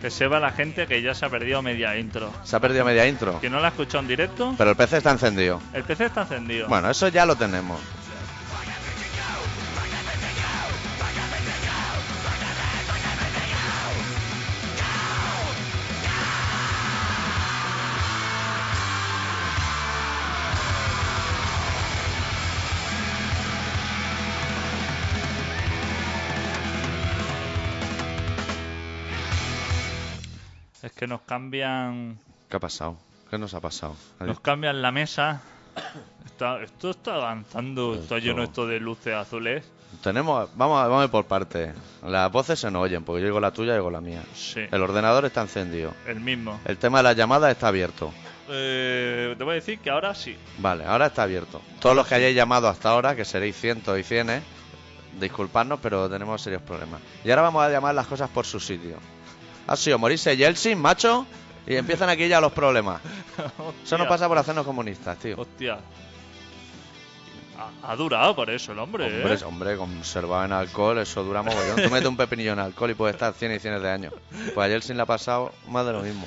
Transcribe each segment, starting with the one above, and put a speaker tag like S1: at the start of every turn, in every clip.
S1: que sepa la gente que ya se ha perdido media intro.
S2: Se ha perdido media intro.
S1: Que no la ha escuchado en directo,
S2: Pero el PC está encendido.
S1: el PC está encendido.
S2: Bueno, eso ya lo tenemos.
S1: Es que nos cambian
S2: ¿Qué ha pasado? ¿Qué nos ha pasado?
S1: nos cambian la mesa. Está- esto está avanzando, está
S2: Esto-
S1: lleno esto de luces azules.
S2: Tenemos, vamos a, vamos a ir por partes. Las voces se nos oyen, porque yo digo la tuya y digo la mía.
S1: Sí,
S2: El ordenador está encendido.
S1: el mismo.
S2: El tema de las llamadas está abierto.
S1: Eh, te voy a decir que ahora sí.
S2: Vale, ahora está abierto. Todos los que hayáis llamado hasta ahora, que seréis cientos y cienes, disculpadnos, pero tenemos serios problemas. Y ahora vamos a llamar las cosas por su sitio. Ha sido morirse Yeltsin, macho, y empiezan aquí ya los problemas. Eso nos
S1: Hostia,
S2: pasa por hacernos comunistas, tío.
S1: Hostia. Ha, ha durado por eso el hombre, ¿eh?
S2: Hombre, hombre, conservado en alcohol, eso dura mogollón. Tú metes un pepinillo en alcohol y puede estar cien y cienes de años. Pues a Yeltsin le ha pasado más de lo mismo.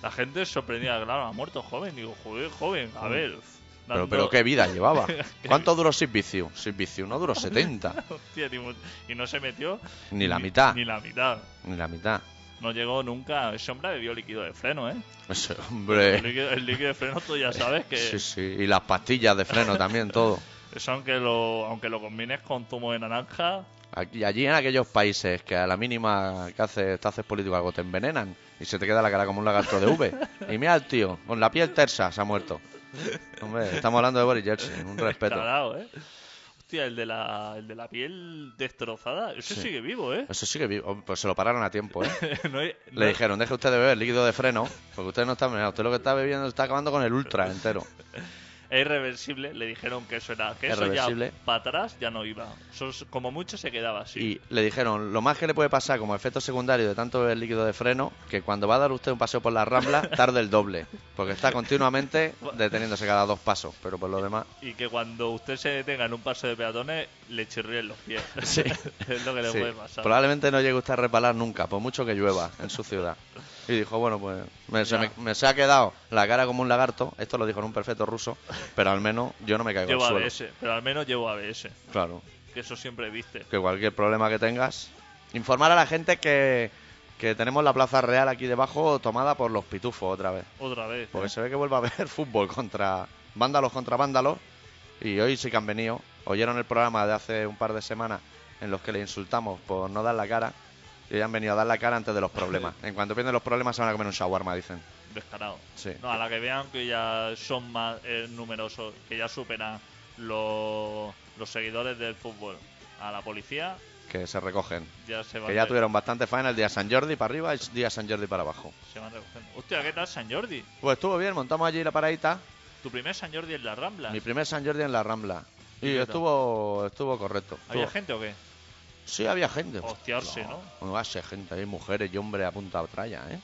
S1: La gente sorprendida, claro, ha muerto joven. Digo, joder, joven, a ver.
S2: Mm. Pero,
S1: dando-
S2: pero qué vida llevaba.
S1: Qué
S2: ¿Cuánto duró Sid Vicious? Sid Vicious no duró 70,
S1: Hostia, ni mu- y no se metió.
S2: Ni la mitad.
S1: Ni la mitad.
S2: ni la mitad.
S1: No llegó nunca. Ese hombre bebió líquido de freno, ¿eh?
S2: Ese
S1: El
S2: hombre.
S1: líquido, el líquido de freno, tú ya sabes que.
S2: Eh. Sí, sí. Y las pastillas de freno también, todo.
S1: Eso, aunque lo, aunque lo combines con zumo de naranja.
S2: Aquí, allí en aquellos países que a la mínima que haces, te haces político algo te envenenan y se te queda la cara como un lagarto de V. Y mira al tío, con la piel tersa, se ha muerto. Hombre, estamos hablando de Boris Yeltsin, un respeto.
S1: Tarao, ¿eh? Hostia, el de la, el de la piel destrozada. Ese
S2: Sí.
S1: sigue vivo, ¿eh?
S2: Eso sí que vi- oh, Pues se lo pararon a tiempo, ¿eh?
S1: No hay- no
S2: Le
S1: hay-
S2: dijeron, deje usted de beber líquido de freno, porque usted no está envenenado. Usted lo que está bebiendo está acabando con el ultra entero.
S1: Es irreversible, le dijeron que eso era, que
S2: Es
S1: eso ya
S2: reversible.
S1: para atrás ya no iba. Eso es- como mucho se quedaba así.
S2: Y le dijeron, lo más que le puede pasar como efecto secundario de tanto beber líquido de freno, que cuando va a dar usted un paseo por la rambla, tarde el doble, porque está continuamente deteniéndose cada dos pasos, pero por lo demás...
S1: Y, que cuando usted se detenga en un paso de peatones, le chirríen los pies.
S2: Sí.
S1: es lo que le
S2: sí,
S1: puede pasar.
S2: probablemente no llegue usted a reparar nunca, por mucho que llueva en su ciudad. Y dijo, bueno, pues me, se,
S1: Ya.
S2: me, me se ha quedado la cara como un lagarto, esto lo dijo en un perfecto ruso, pero al menos yo no me caigo
S1: llevo
S2: al suelo.
S1: ABS, pero al menos llevo ABS.
S2: Claro,
S1: Que eso siempre viste.
S2: que cualquier problema que tengas, informar a la gente que, que tenemos la Plaza Real aquí debajo tomada por los pitufos otra vez.
S1: Otra vez.
S2: Porque
S1: ¿eh?
S2: se ve que vuelve a haber fútbol contra vándalos contra vándalos. Y hoy sí que han venido. Oyeron el programa de hace un par de semanas en los que le insultamos por no dar la cara. Y hoy han venido a dar la cara antes de los problemas. En cuanto pierden los problemas se van a comer un shawarma, dicen.
S1: Descarado.
S2: Sí.
S1: No, a la que vean que ya son más eh, numerosos, que ya superan los, los seguidores del fútbol a la policía,
S2: Que se recogen.
S1: ya se van,
S2: Que ya
S1: re-
S2: tuvieron bastante faena el día San Jordi para arriba y el día San Jordi para abajo.
S1: se van recogiendo. Hostia, ¿qué tal San Jordi?
S2: Pues estuvo bien, montamos allí la paradita.
S1: Tu primer San Jordi en la Rambla.
S2: Mi primer San Jordi en la Rambla.
S1: ¿Y
S2: Y
S1: qué tal?
S2: estuvo estuvo correcto.
S1: ¿Había
S2: Estuvo-
S1: gente o qué?
S2: Sí, había gente.
S1: Hostiarse, ¿no?
S2: No va a ser gente, hay mujeres y hombres a punta de tralla, ¿eh?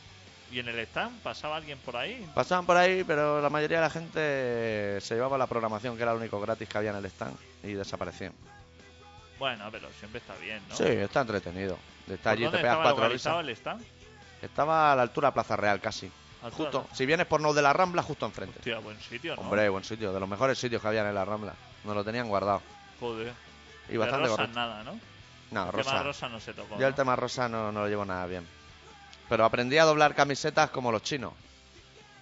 S1: ¿Y en el stand pasaba alguien por ahí?
S2: Pasaban por ahí, pero la mayoría de la gente se llevaba la programación, que era lo único gratis que había en el stand, y desaparecían.
S1: Bueno, pero siempre está bien, ¿no?
S2: Sí, está entretenido. Está
S1: ¿Por
S2: allí, te
S1: dónde
S2: pegas
S1: estaba
S2: cuatro
S1: localizado
S2: risas.
S1: el stand?
S2: Estaba a la altura de Plaza Real, casi.
S1: Al
S2: Justo,
S1: lado.
S2: si vienes por no de la Rambla, justo enfrente.
S1: Hostia, buen sitio, ¿no?
S2: Hombre, buen sitio, de los mejores sitios que habían en la Rambla. Nos lo tenían guardado.
S1: Joder.
S2: Y bastante
S1: de Rosa
S2: correcto.
S1: nada, ¿no?
S2: No,
S1: El tema
S2: Rosa.
S1: de Rosa no se tocó.
S2: Yo el
S1: ¿no?
S2: tema rosa no, no lo llevo nada bien. Pero aprendí a doblar camisetas como los chinos.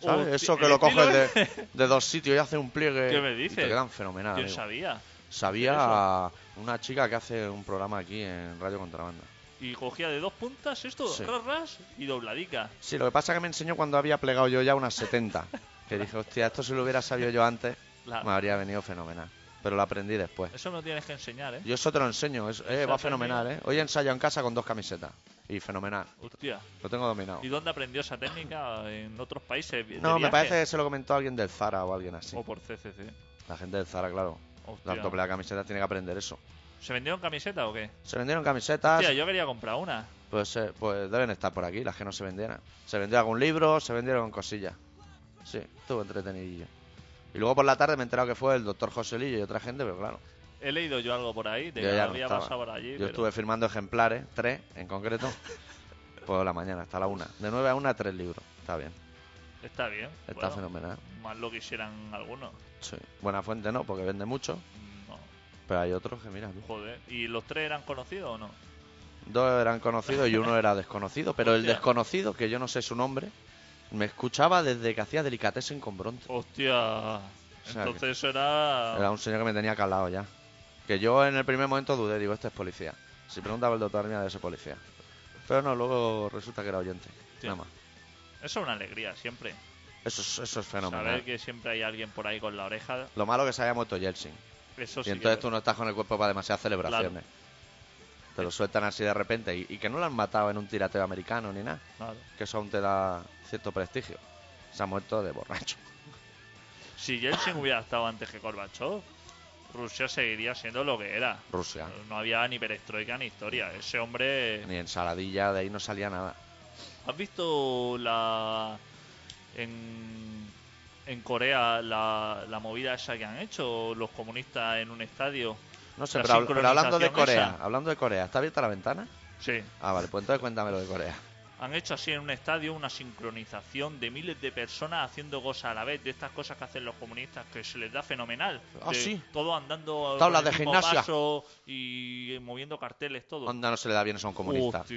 S2: ¿Sabes?
S1: Hostia,
S2: Eso que
S1: ¿el
S2: lo coges
S1: estilo
S2: de, de dos sitios y hace un pliegue.
S1: ¿Qué me
S2: y
S1: dices?
S2: te quedan fenomenal.
S1: ¿Quién
S2: amigo.
S1: sabía?
S2: Sabía una chica que hace un programa aquí en Radio Contrabanda.
S1: Y cogía de dos puntas esto,
S2: Sí.
S1: ras, ras, y dobladica.
S2: Sí, lo que pasa es que me enseñó cuando había plegado yo ya unas 70. Que dije, hostia, esto si lo hubiera sabido yo antes,
S1: La-
S2: me habría venido fenomenal. Pero lo aprendí después.
S1: Eso me lo tienes que enseñar, ¿eh?
S2: Yo eso te lo enseño, es- eh,
S1: Eso
S2: va
S1: aprendí.
S2: fenomenal, ¿eh? Hoy he ensayado en casa con dos camisetas. Y fenomenal,
S1: Hostia.
S2: lo tengo dominado.
S1: ¿Y dónde aprendió esa técnica? ¿En otros países? de
S2: No, me
S1: viaje?
S2: parece que se lo comentó alguien del Zara o alguien así.
S1: O por CCC.
S2: La gente del Zara, claro.
S1: Hostia.
S2: La doble camiseta tiene que aprender eso.
S1: ¿Se vendieron camisetas o qué?
S2: Se vendieron camisetas,
S1: Hostia, yo quería comprar una.
S2: pues, eh, pues deben estar por aquí las que no se vendieran. Se vendió algún libro, se vendieron cosillas. Sí, estuvo entretenidillo. Y luego por la tarde me he enterado que fue el doctor Joselillo y otra gente, pero claro.
S1: He leído yo algo por ahí, de
S2: yo
S1: que
S2: ya no
S1: había
S2: estaba.
S1: pasado por allí.
S2: Yo
S1: pero-
S2: estuve firmando ejemplares, tres en concreto. por la mañana, hasta la una. De 9 a 1 tres libros. Está bien.
S1: Está bien.
S2: Está
S1: bueno,
S2: fenomenal.
S1: Más lo quisieran algunos.
S2: Sí. Buena fuente no, porque vende mucho.
S1: No,
S2: Pero hay otros que, mira,
S1: joder. ¿Y los tres eran conocidos o no?
S2: dos eran conocidos y uno era desconocido. Pero el
S1: Hostia.
S2: desconocido, que yo no sé su nombre, me escuchaba desde que hacía Delicatessen con Bronte.
S1: Hostia.
S2: sea
S1: Entonces eso era...
S2: Era un señor que me tenía calado ya. Que yo en el primer momento dudé, digo, este es policía. Si preguntaba el doctor, mira, de ese policía. Pero no, luego resulta que era oyente.
S1: Hostia.
S2: Nada más.
S1: Eso es una alegría siempre.
S2: Eso, es- eso es
S1: Saber
S2: fenomenal.
S1: que siempre hay alguien por ahí con la oreja.
S2: Lo malo que se haya muerto Yeltsin.
S1: Eso
S2: Y
S1: sí.
S2: entonces
S1: que-
S2: tú no estás con el cuerpo para demasiadas celebraciones. Te lo sueltan así de repente. Y, y que no lo han matado en un tirateo americano ni nada.
S1: Claro.
S2: Que eso aún te da cierto prestigio. Se ha muerto de borracho.
S1: Si Yeltsin hubiera estado antes que Gorbachev, Rusia seguiría siendo lo que era.
S2: Rusia.
S1: No había ni perestroika ni historia. Ese hombre.
S2: Ni ensaladilla, de ahí no salía nada.
S1: ¿Has visto la. En. En Corea, la, la movida esa que han hecho los comunistas en un estadio?
S2: No sé,
S1: La
S2: pero, habl- pero hablando de
S1: sincronización
S2: Corea. Hablando de Corea. ¿Está abierta la ventana?
S1: Sí.
S2: Ah, vale, pues entonces cuéntame lo de Corea.
S1: Han hecho así en un estadio una sincronización de miles de personas haciendo cosas a la vez, de estas cosas que hacen los comunistas, que se les da fenomenal.
S2: Ah,
S1: De
S2: sí.
S1: Todo andando.
S2: Tablas
S1: con el
S2: de
S1: mismo
S2: gimnasia.
S1: paso y eh, moviendo carteles, todo.
S2: Onda no se le da bien eso a un comunista.
S1: Hostia.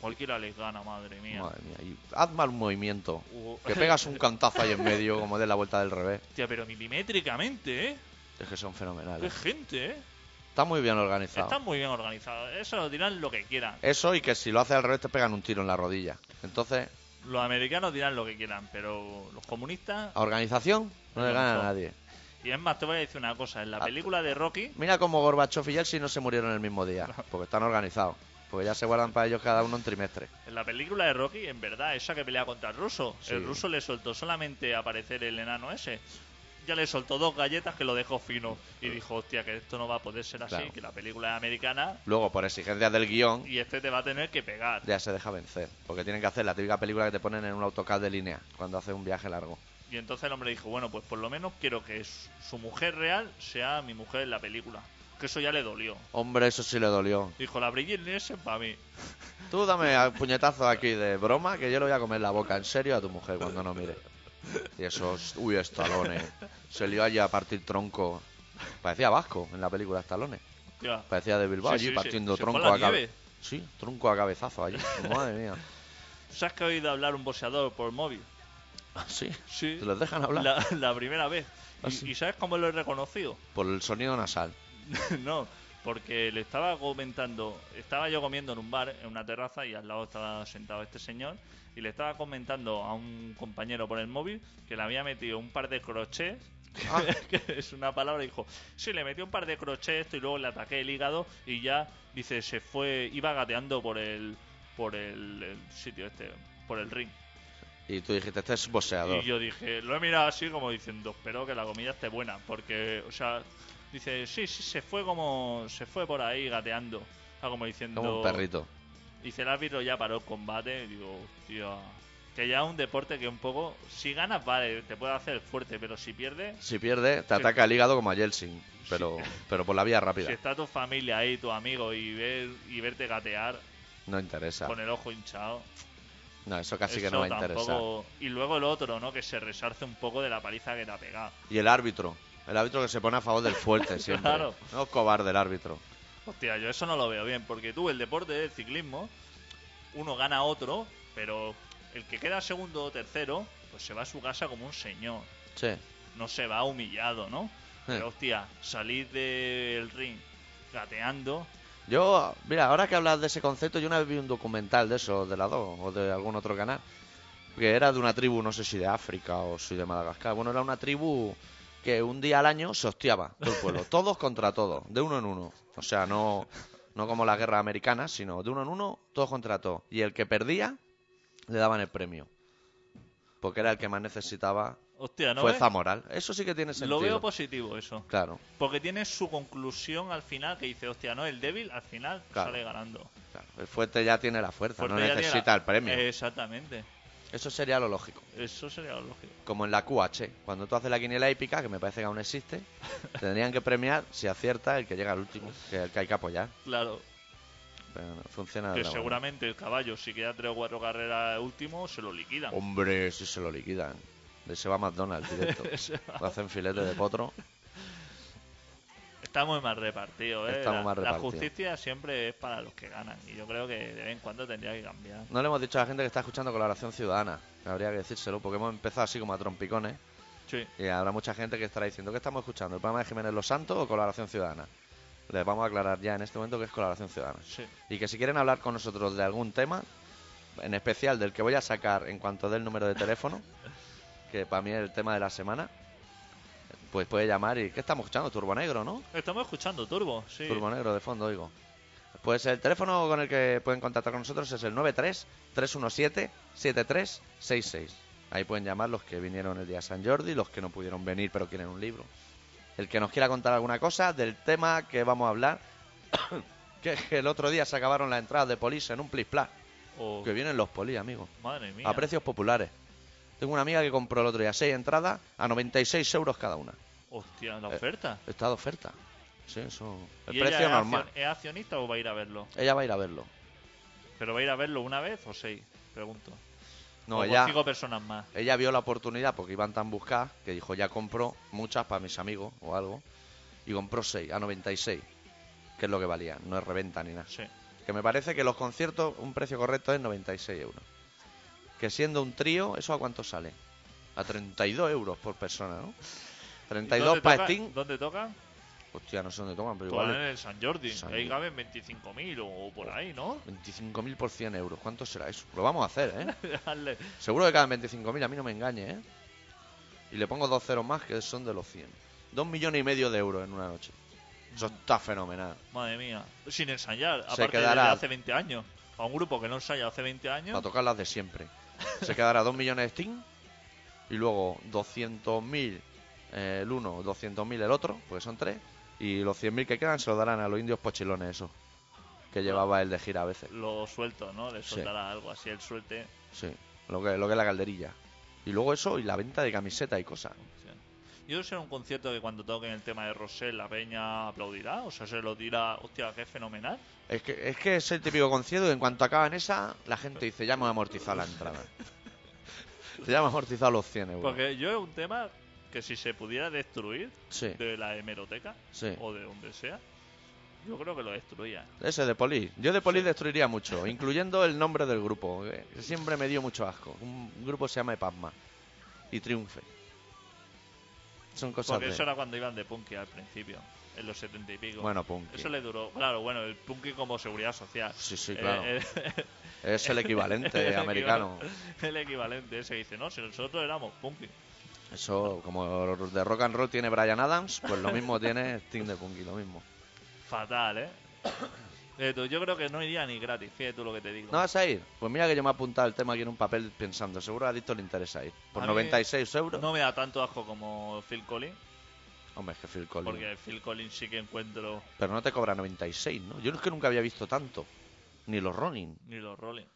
S1: Cualquiera les gana, madre mía.
S2: Madre mía. Y haz mal movimiento.
S1: Uh,
S2: Que pegas un cantazo ahí en medio, como de la vuelta del revés.
S1: Hostia, pero milimétricamente, ¿eh?
S2: Es que son
S1: Qué
S2: fenomenales.
S1: gente, ¿eh?
S2: Está muy bien organizado.
S1: Están muy bien organizados. Eso dirán lo que quieran.
S2: Eso y que si lo haces al revés te pegan un tiro en la rodilla. Entonces,
S1: Los americanos dirán lo que quieran, pero los comunistas...
S2: a organización no le
S1: No,
S2: gana
S1: no.
S2: a nadie.
S1: Y es más, te voy a decir una cosa. En la
S2: Ah,
S1: película de Rocky...
S2: Mira cómo Gorbachev y Yeltsin no se murieron el mismo día, porque están organizados. Porque ya se guardan para ellos cada uno un trimestre.
S1: En la película de Rocky, en verdad, esa que pelea contra el ruso.
S2: Sí.
S1: El ruso le soltó solamente aparecer el enano ese. Ya le soltó dos galletas que lo dejó fino. Y dijo, hostia, que esto no va a poder ser así,
S2: Claro.
S1: que la película es americana
S2: Luego, por exigencias del guión,
S1: y este te va a tener que pegar.
S2: ya se deja vencer. Porque tienen que hacer la típica película que te ponen en un autocar de línea cuando haces un viaje largo.
S1: Y entonces el hombre dijo, bueno, pues por lo menos quiero que su su mujer real sea mi mujer en la película. Que eso ya le dolió.
S2: Hombre, eso sí le dolió.
S1: Dijo, la Bridget Nielsen para mí.
S2: Tú dame a- puñetazo aquí de broma que yo le voy a comer la boca en serio a tu mujer cuando no mire. Y esos, uy, Estalones. Se lió allí a partir tronco. Parecía vasco en la película Estalones.
S1: Hostia.
S2: Parecía de Bilbao
S1: Sí,
S2: allí
S1: sí, sí.
S2: partiendo
S1: Se fue
S2: tronco
S1: a la
S2: a cabezazo.
S1: nieve.
S2: Sí, tronco a cabezazo allí. Madre mía.
S1: ¿Sabes que he oído hablar un boxeador por móvil?
S2: Ah, Sí,
S1: Sí.
S2: te los dejan hablar
S1: La, la primera vez.
S2: Ah,
S1: ¿Y,
S2: sí.
S1: y sabes cómo lo he reconocido?
S2: por el sonido nasal.
S1: no, porque le estaba comentando, estaba yo comiendo en un bar, en una terraza, y al lado estaba sentado este señor, y le estaba comentando a un compañero por el móvil que le había metido un par de crochets.
S2: Ah.
S1: que es una palabra y dijo sí le metió un par de crochets esto y luego le ataqué el hígado y ya dice se fue iba gateando por el por el, el sitio este por el ring
S2: Y tú dijiste, este es boxeador.
S1: y yo dije, lo he mirado así como diciendo, espero que la comida esté buena, porque, o sea, dice, sí, sí, se fue como, se fue por ahí gateando. O sea, como diciendo...
S2: Como un perrito.
S1: Dice, el árbitro ya paró el combate, y digo, hostia, que ya es un deporte que un poco, si ganas, vale, te puede hacer fuerte, pero si pierdes,
S2: Si pierde, te
S1: Sí.
S2: ataca el hígado como a Yeltsin. Pero, pero por la vía
S1: si
S2: rápida.
S1: está tu familia ahí, tu amigo, y, ver, y verte gatear
S2: No interesa.
S1: con el ojo hinchado,
S2: No, eso casi que
S1: eso
S2: no va a interesar.
S1: tampoco... Y luego el otro, ¿no? Que se resarce un poco de la paliza que te ha pegado.
S2: Y el árbitro. El árbitro que se pone a favor del fuerte siempre.
S1: Claro.
S2: No cobarde el árbitro.
S1: Hostia, yo eso no lo veo bien, porque tú, el deporte del ciclismo, uno gana a otro, pero el que queda segundo o tercero, pues se va a su casa como un señor.
S2: Sí.
S1: No se va humillado, ¿no? Pero hostia, salir del ring gateando.
S2: Yo, mira, ahora que hablas de ese concepto, yo una vez vi un documental de eso, de la 2 o de algún otro canal, que era de una tribu, no sé si de África o si de Madagascar. Bueno, era una tribu que un día al año se hostiaba todo el pueblo, todos contra todos, de uno en uno. O sea, no, no como las guerras americanas, sino de uno en uno, todos contra todos. Y el que perdía, le daban el premio. Porque era el que más necesitaba
S1: Hostia, ¿no?
S2: fuerza
S1: ves?
S2: moral. Eso sí que tiene sentido.
S1: Lo veo pues- positivo eso.
S2: Claro.
S1: Porque tiene su conclusión al final que dice, hostia, no, el débil al final
S2: Claro.
S1: sale ganando.
S2: Claro, el fuerte ya tiene la fuerza,
S1: Fuerte
S2: no
S1: ya tiene la-
S2: necesita
S1: eh,
S2: el premio.
S1: Exactamente.
S2: Eso sería lo lógico.
S1: Eso sería lo lógico.
S2: Como en la QH, cuando tú haces la quiniela épica, que me parece que aún existe, tendrían que premiar si acierta el que llega al último, que es el que hay que apoyar.
S1: Claro.
S2: pero no, funciona de
S1: que
S2: otra manera.
S1: seguramente el caballo, si queda tres o cuatro carreras último, se lo liquidan.
S2: Oh. Hombre, si se lo liquidan. De ese va McDonald's directo.
S1: Ese
S2: Le hacen filete de potro.
S1: Está muy mal repartido, ¿eh?
S2: Está muy
S1: la,
S2: mal
S1: la
S2: repartido.
S1: justicia siempre es para los que ganan. Y yo creo que de vez en cuando tendría que cambiar.
S2: No le hemos dicho a la gente que está escuchando colaboración ciudadana. que Habría que decírselo porque hemos empezado así como a trompicones.
S1: Sí.
S2: Y habrá mucha gente que estará diciendo: ¿Qué estamos escuchando? ¿El programa de Jiménez Los Santos o colaboración ciudadana? Les vamos a aclarar ya en este momento que es colaboración ciudadana.
S1: Sí.
S2: Y que si quieren hablar con nosotros de algún tema, en especial del que voy a sacar en cuanto dé el número de teléfono, que para mí es el tema de la semana, pues puede llamar y ¿qué estamos escuchando? Turbo Negro, ¿no?
S1: Estamos escuchando Turbo, sí.
S2: Turbo Negro de fondo, digo. Pues el teléfono con el que pueden contactar con nosotros es el 93-317-7366. Ahí pueden llamar los que vinieron el día de San Jordi, los que no pudieron venir pero quieren un libro. El que nos quiera contar alguna cosa del tema que vamos a hablar, que es que el otro día se acabaron las entradas de polis en un plis
S1: O-
S2: Que vienen los polis, amigo.
S1: Oh, Madre mía.
S2: A precios populares. Tengo una amiga que compró el otro día seis entradas a 96 euros cada una.
S1: Hostia, la oferta.
S2: Está de oferta. Sí, eso. Eh, El
S1: ¿Y ella
S2: precio
S1: es
S2: normal.
S1: accion- ¿Es accionista o va a ir a verlo?
S2: Ella va a ir a verlo.
S1: ¿Pero va a ir a verlo una vez o seis? Pregunto.
S2: No,
S1: o
S2: ella,
S1: cinco personas más.
S2: ella vio la oportunidad porque iban tan buscadas que dijo, ya compro muchas para mis amigos o algo. Y compró seis, a 96, que es lo que valía. No es reventa ni nada.
S1: Sí.
S2: Que me parece que los conciertos, un precio correcto es 96 euros. Que siendo un trío, ¿eso a cuánto sale? A 32 euros por persona, ¿no?
S1: ¿Y
S2: 32
S1: dónde
S2: para
S1: toca-
S2: Steam.
S1: ¿Dónde toca?
S2: Hostia, no sé dónde toman, pero
S1: Tocan
S2: igual.
S1: en el San Jordi.
S2: San
S1: Ahí
S2: Jordi.
S1: caben 25.000 o, o por ahí, ¿no?
S2: 25.000 por 100 euros. ¿Cuánto será eso? Lo vamos a hacer, ¿eh?
S1: Dejadle-
S2: Seguro que caben 25.000, a mí no me engañe, ¿eh? Y le pongo dos ceros más que son de los 100. Dos millones y medio de euros en una noche. Eso está fenomenal.
S1: Madre mía. Sin ensayar.
S2: Se
S1: Aparte
S2: quedará-
S1: desde hace 20 años. A un grupo que no ensaya hace 20
S2: Para
S1: años.
S2: tocar las de siempre. Se quedará dos millones de Steam y luego 200.000 eh, el uno, 200.000 el otro, porque son tres. Y los 100.000 que quedan se lo darán a los indios pochilones, eso. Que llevaba el de gira a veces.
S1: Lo suelto, ¿no? Le
S2: Sí.
S1: soltará algo así, el suelte.
S2: Sí, lo que, lo que es la calderilla. Y luego eso y la venta de camisetas y cosas.
S1: Sí. Yo será un concierto que cuando toquen el tema de Rosé, la peña aplaudirá, o sea, se lo dirá, hostia, qué fenomenal.
S2: Es que, es que es el típico concierto que en cuanto acaban esa, la gente dice, ya hemos amortizado la entrada. Te hemos amortizado los 100 euros.
S1: Porque yo es un tema que si se pudiera destruir
S2: Sí,
S1: de la hemeroteca
S2: sí.
S1: o de donde sea, yo creo que lo destruía.
S2: Ese de Polis. Yo de Polis
S1: Sí.
S2: destruiría mucho, incluyendo el nombre del grupo, ¿eh? que siempre me dio mucho asco. Un grupo se llama Epasma. Y Triunfe. Son cosas
S1: Porque
S2: de...
S1: eso era cuando iban de punky al principio, en los setenta y pico.
S2: Bueno, punk.
S1: Eso le duró, claro, bueno, el punky como seguridad social.
S2: Sí, sí,
S1: Eh,
S2: claro.
S1: eh,
S2: Es el equivalente
S1: el
S2: americano.
S1: equivalente- El equivalente, ese que dice, no, si nosotros éramos punky.
S2: Eso, como de rock and roll tiene Brian Adams, pues lo mismo tiene Sting de Punky, lo mismo.
S1: Fatal, ¿eh? Eh, tú, Yo creo que no iría ni gratis, fíjate tú lo que te digo.
S2: ¿No vas a ir? Pues mira que yo me he apuntado el tema aquí en un papel pensando, seguro a Adicto le interesa ir. Por
S1: A mí
S2: 96 euros.
S1: No me da tanto asco como Phil Collins,
S2: Hombre, es que Phil Collins.
S1: porque Phil Collins sí que encuentro
S2: Pero no te cobra 96, ¿no? Yo es que nunca había visto tanto. Ni los Ronin.
S1: ni los Rolling.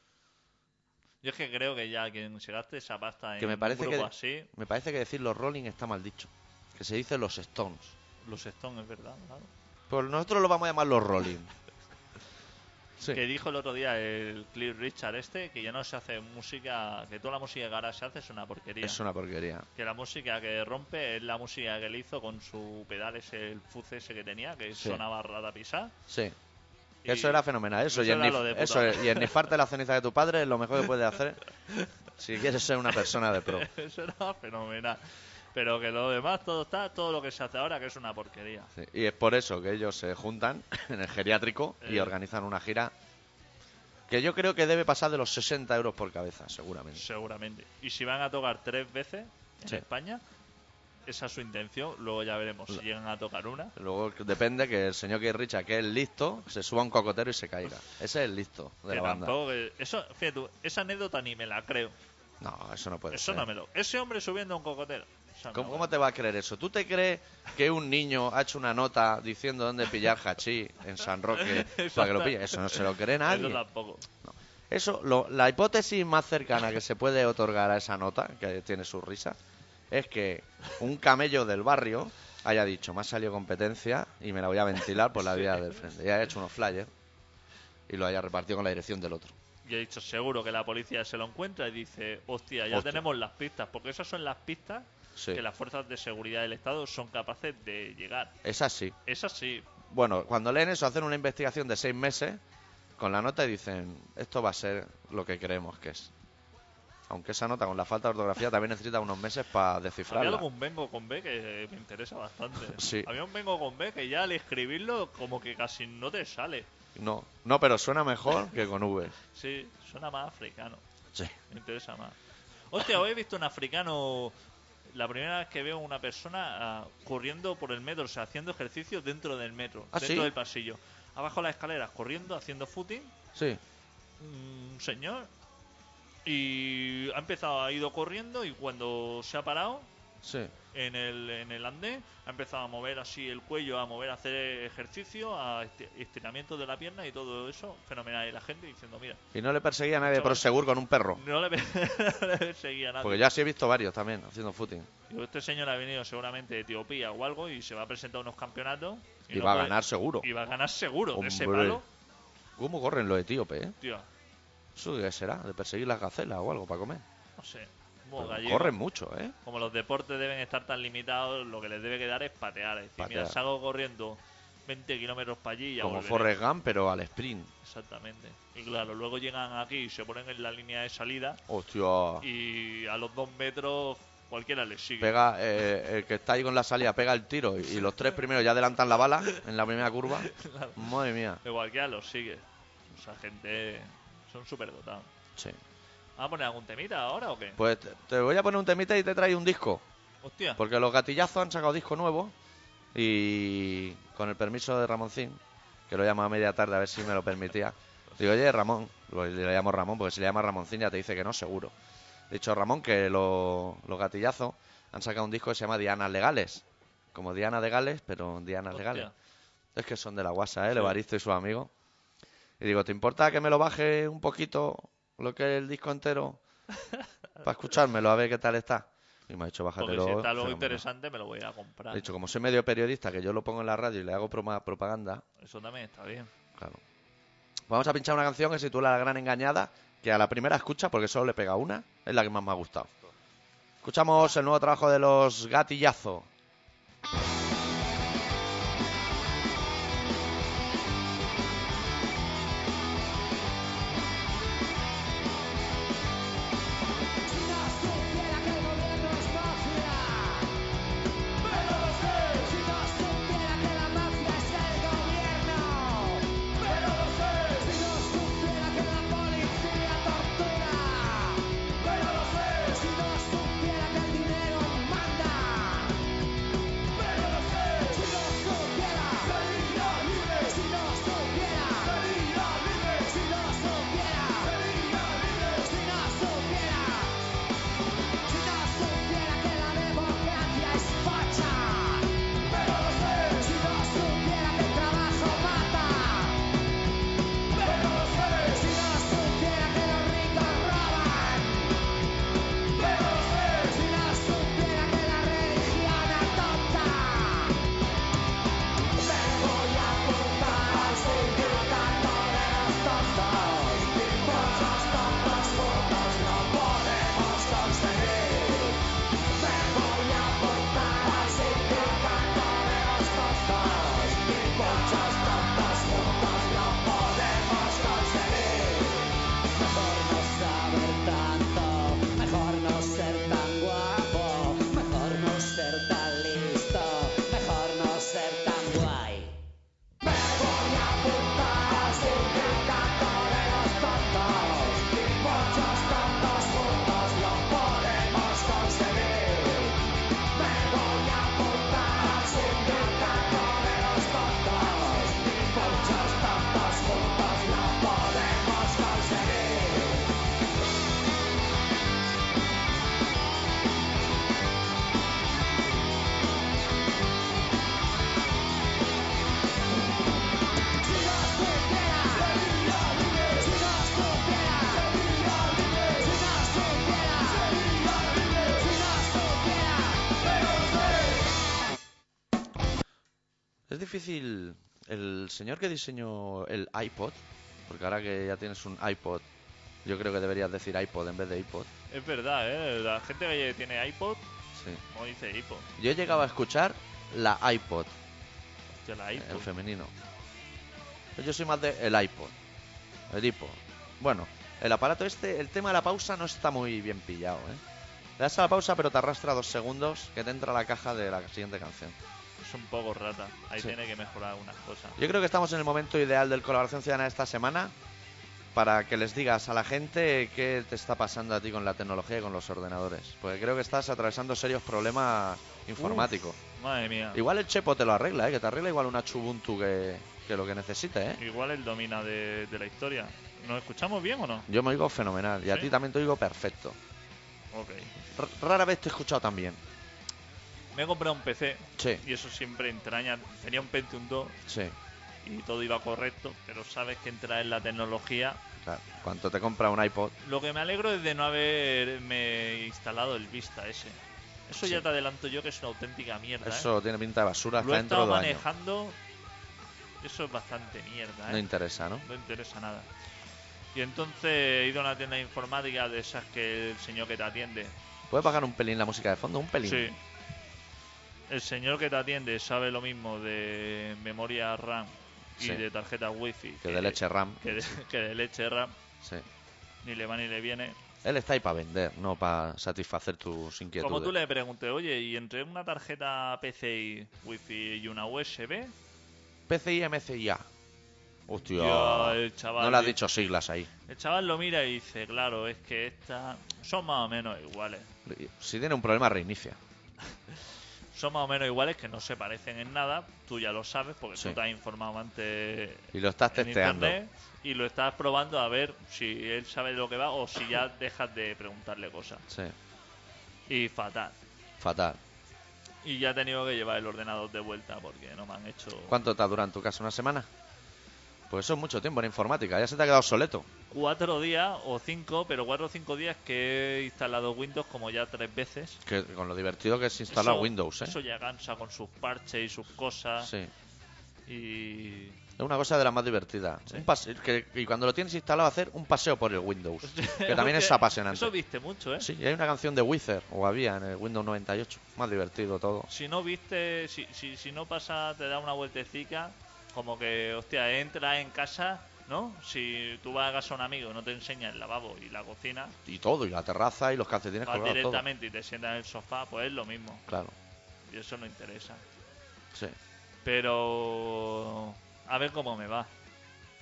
S1: Yo es que creo que ya quien se gaste esa pasta en
S2: Que me parece
S1: un grupo
S2: que-
S1: así,
S2: Me parece que decir los Rolling está mal dicho. Que se dice los Stones.
S1: los Stones, es verdad, claro.
S2: Pues nosotros lo vamos a llamar los Rolling. Sí.
S1: Que dijo el otro día el Cliff Richard este, que ya no se hace música, que toda la música que ahora se hace es una porquería.
S2: Es una porquería.
S1: Que la música que rompe es la música que él hizo con su pedal ese, el fuzz ese que tenía, que
S2: Sí.
S1: sonaba ratapisa.
S2: Sí.
S1: Y-
S2: Eso era fenomenal, eso.
S1: eso
S2: y,
S1: era
S2: ennif-
S1: lo de puta
S2: eso
S1: madre.
S2: y ennifarte la ceniza de tu padre es lo mejor que puedes hacer si quieres ser una persona de pro.
S1: Eso era fenomenal. Pero que lo demás, todo está, todo lo que se hace ahora, que es una porquería.
S2: Sí, Y es por eso que ellos se juntan en el geriátrico y
S1: Eh.
S2: organizan una gira que yo creo que debe pasar de los 60 euros por cabeza, seguramente.
S1: Seguramente. Y si van a tocar tres veces en
S2: Sí.
S1: España, esa es su intención. Luego ya veremos si llegan a tocar una.
S2: Luego que depende que el señor que Richa, que es listo, se suba a un cocotero y se caiga. Ese es el listo de
S1: que
S2: la banda.
S1: tampoco. que- Eso, fíjate tú, esa anécdota ni me la creo.
S2: No, eso no puede
S1: eso
S2: ser.
S1: no me lo. Ese hombre subiendo a un cocotero. Eso no
S2: Pues ¿Cómo,
S1: me-
S2: cómo te va a creer eso? ¿Tú te crees que un niño ha hecho una nota diciendo dónde pillar hachí en San Roque
S1: Eso
S2: para que lo
S1: está-
S2: pille? Eso no se lo cree
S1: Eso
S2: nadie.
S1: tampoco.
S2: Eso, lo- la hipótesis más cercana que se puede otorgar a esa nota, que tiene su risa, es que un camello del barrio haya dicho, me ha salido competencia y me la voy a ventilar por la vía del frente. Y haya hecho unos flyers. y lo haya repartido con la dirección del otro.
S1: Yo he dicho, seguro que la policía se lo encuentra y dice, hostia, ya
S2: Hostia.
S1: tenemos las pistas, porque esas son las pistas
S2: Sí.
S1: que las fuerzas de seguridad del Estado son capaces de llegar.
S2: Es así.
S1: Esas sí,
S2: Bueno, cuando leen eso, hacen una investigación de seis meses con la nota y dicen, esto va a ser lo que creemos que es. Aunque esa nota con la falta de ortografía también necesita unos meses para
S1: Había
S2: descifrarla.
S1: algún Vengo con B que me interesa bastante.
S2: Sí.
S1: Había un Vengo con B que ya al escribirlo como que casi no te sale.
S2: No, no, pero suena mejor que con V.
S1: Sí, suena más africano.
S2: Sí.
S1: Me interesa más. Hostia, hoy he visto un africano... La primera vez que veo una persona ah, corriendo por el metro, o sea, haciendo ejercicio dentro del metro,
S2: ¿Ah,
S1: dentro
S2: sí?
S1: del pasillo. Abajo las escaleras, corriendo, haciendo footing,
S2: Sí.
S1: un señor. Y ha empezado, ha ido corriendo y cuando se ha parado,
S2: Sí.
S1: en el, en el andén, ha empezado a mover así el cuello, a mover, a hacer ejercicio, a esti- estiramiento de la pierna y todo eso, fenomenal. Y la gente diciendo, mira,
S2: Y no le perseguía a nadie de
S1: Chaval.
S2: Prosegur con un perro.
S1: no le, no le perseguía a nadie.
S2: Porque ya sí he visto varios también haciendo footing.
S1: Digo, este señor ha venido seguramente de Etiopía o algo y se va a presentar a unos campeonatos.
S2: Y
S1: no
S2: va a
S1: puede-
S2: ganar seguro.
S1: Y va a ganar seguro. de ese
S2: Hombre.
S1: palo,
S2: ¿Cómo corren los etíopes, eh?
S1: tío,
S2: ¿Eso qué será? ¿De perseguir las gacelas o algo para comer?
S1: no sé. como
S2: Pero
S1: gallegos,
S2: corren mucho, ¿eh?
S1: Como los deportes deben estar tan limitados, lo que les debe quedar es patear. Es decir, mira,
S2: Patear.
S1: salgo corriendo 20 kilómetros para allí y ya
S2: Como
S1: volveré.
S2: Forrest Gump, pero al sprint.
S1: Exactamente. Y claro, luego llegan aquí y se ponen en la línea de salida
S2: Hostia.
S1: y a los dos metros cualquiera les sigue.
S2: Ah. Pega, eh, el que está ahí con la salida pega el tiro y, y los tres primeros ya adelantan la bala en la primera curva. Madre mía.
S1: De cualquiera los sigue. O sea, gente... Son súper dotados.
S2: Sí.
S1: ¿Vamos a poner algún temita ahora o qué?
S2: Pues te, te voy a poner un temita y te traigo un disco.
S1: Hostia.
S2: Porque los gatillazos han sacado disco nuevo y con el permiso de Ramoncín, que lo llama a media tarde a ver si me lo permitía. Digo, oye, Ramón, pues le llamo Ramón, porque si le llama Ramoncín ya te dice que no, seguro. He dicho a Ramón que lo- los gatillazos han sacado un disco que se llama Dianas Legales. Como Diana de Gales, pero Dianas
S1: Hostia.
S2: Legales. Es que son de la guasa, ¿eh? El
S1: Sí.
S2: Evaristo y sus amigos. Y digo, ¿te importa que me lo baje un poquito lo que es el disco entero? Para escuchármelo, a ver qué tal está. Y me ha dicho,
S1: Porque
S2: bájatelo.
S1: si está algo
S2: fenomenal".
S1: interesante me lo voy a comprar.
S2: He dicho, como soy medio periodista, que yo lo pongo en la radio y le hago proma- propaganda,
S1: Eso también está bien.
S2: claro. Vamos a pinchar una canción que se titula La Gran Engañada, que a la primera escucha, porque solo le pega una, es la que más me ha gustado. Escuchamos el nuevo trabajo de los Gatillazo.
S3: China supiera que el gobierno es mafia, pero lo sé. China supiera que la mafia es el gobierno, pero lo sé. China supiera que la policía tortura, pero lo sé. China supiera que el dinero manda, pero lo sé. China supiera sería libre. China supiera sería libre. China supiera sería libre. China supiera. Si no supiera que la democracia es facha, pero lo sé. Si no supiera que el trabajo mata, pero lo sé. Si no supiera que los ricos roban, pero lo sé. Si no supiera que la religión adopta, me voy a apuntar al sindicato de los tontos. Y muchas tantas fotos no podemos conseguir. Me voy a apuntar al sindicato de los tontos. Y muchas tantas fotos no podemos conseguir. Mejor no saber tanto, mejor no ser tan guapo, mejor no ser tan listo, mejor no ser tan guay. Me voy a apuntar al sindicato de los tontos y muchos tontos juntos lo podemos conseguir. Me voy a apuntar al sindicato de los tontos y muchos tontos juntos lo podemos conseguir. Si no supiera, sería libre. Si no supiera, sería libre. Si no supiera, sería libre. Si no supiera, pero
S2: Es difícil. El señor que diseñó el iPod Porque ahora que ya tienes un iPod, yo creo que deberías decir iPod en vez de iPod.
S1: Es verdad, ¿eh? La gente que tiene iPod,
S2: Sí.
S1: como dice iPod,
S2: Yo he llegado a escuchar la iPod,
S1: yo la iPod.
S2: en femenino. Pues Yo soy más de el iPod, el iPod. Bueno, el aparato este, el tema de la pausa no está muy bien pillado, ¿eh? Le das a la pausa pero te arrastra dos segundos que te entra la caja de la siguiente canción.
S1: Es un poco rata. Ahí
S2: Sí.
S1: tiene que mejorar algunas cosas.
S2: Yo creo que estamos en el momento ideal del colaboración ciudadana esta semana para que les digas a la gente qué te está pasando a ti con la tecnología y con los ordenadores. Porque creo que estás atravesando serios problemas informáticos.
S1: Madre mía.
S2: Igual el Chepo te lo arregla, ¿eh? que te arregla igual una Chubuntu que, que lo que necesites. ¿eh?
S1: Igual él domina de, de la historia. ¿Nos escuchamos bien o no?
S2: Yo me oigo fenomenal y a
S1: Sí.
S2: ti también te oigo perfecto.
S1: Ok.
S2: R- rara vez te he escuchado tan bien.
S1: Me he comprado un PC
S2: Sí,
S1: y eso siempre entraña. Tenía un Pentium 2
S2: sí.
S1: y todo iba correcto, pero sabes que entra en la tecnología.
S2: Claro. Cuando te compra un iPod,
S1: Lo que me alegro es de no haberme instalado el Vista ese. Eso
S2: Sí.
S1: ya te adelanto yo que es una auténtica mierda. ¿eh?
S2: eso tiene pinta de basura
S1: Lo
S2: hasta
S1: he
S2: dentro de
S1: estado
S2: dos años.
S1: manejando. Eso es bastante mierda, ¿eh?
S2: No interesa, ¿no?
S1: No interesa nada. Y entonces he ido a una tienda de informática de esas que el señor que te atiende.
S2: ¿Puedes bajar un pelín la música de fondo? Un pelín.
S1: Sí. El señor que te atiende sabe lo mismo de memoria RAM y
S2: Sí.
S1: de tarjeta wifi.
S2: Que de leche RAM.
S1: Que de, que de leche RAM.
S2: Sí.
S1: Ni le va ni le viene.
S2: Él está ahí para vender, no para satisfacer tus inquietudes.
S1: Como tú le pregunté, oye, ¿y entre una tarjeta PCI, wifi y una USB?
S2: PCI, MCIA. Hostia.
S1: Ya, el chaval
S2: no le has
S1: di-
S2: dicho siglas ahí.
S1: El chaval lo mira y dice, claro, es que estas son más o menos iguales.
S2: Si tiene un problema, reinicia.
S1: son más o menos iguales, que no se parecen en nada. Tú ya lo sabes porque
S2: Sí.
S1: tú te has informado antes.
S2: Y lo estás
S1: en
S2: testeando.
S1: internet y lo estás probando a ver si él sabe de lo que va o si ya dejas de preguntarle cosas.
S2: Sí.
S1: Y fatal.
S2: Fatal.
S1: Y ya he tenido que llevar el ordenador de vuelta porque no me han hecho.
S2: ¿Cuánto te ha durado en tu casa? ¿Una semana? Pues eso es mucho tiempo en informática. Ya se te ha quedado obsoleto.
S1: Cuatro días o cinco, pero cuatro o cinco días que he instalado Windows como ya tres veces.
S2: Que con lo divertido que es instalar
S1: Eso-
S2: Windows, ¿eh?
S1: Eso ya cansa con sus parches y sus cosas.
S2: Sí.
S1: Y.
S2: Es una cosa de las más divertidas.
S1: Sí.
S2: Un pase- que, y cuando lo tienes instalado, hacer un paseo por el Windows. que también es apasionante.
S1: Eso viste mucho, ¿eh?
S2: Sí, y hay una canción de Wizard, o había en el Windows 98. Más divertido todo.
S1: si no viste, si, si, si no pasa, te da una vueltecica, como que, hostia, entras en casa, ¿no? Si tú vas a casa a un amigo y no te enseña el lavabo y la cocina,
S2: Y todo, y la terraza, y los calcetines
S1: vas
S2: colgados, todo.
S1: directamente y te sientas en el sofá, pues es lo mismo.
S2: Claro,
S1: Y eso no interesa.
S2: sí.
S1: Pero, a ver cómo me va.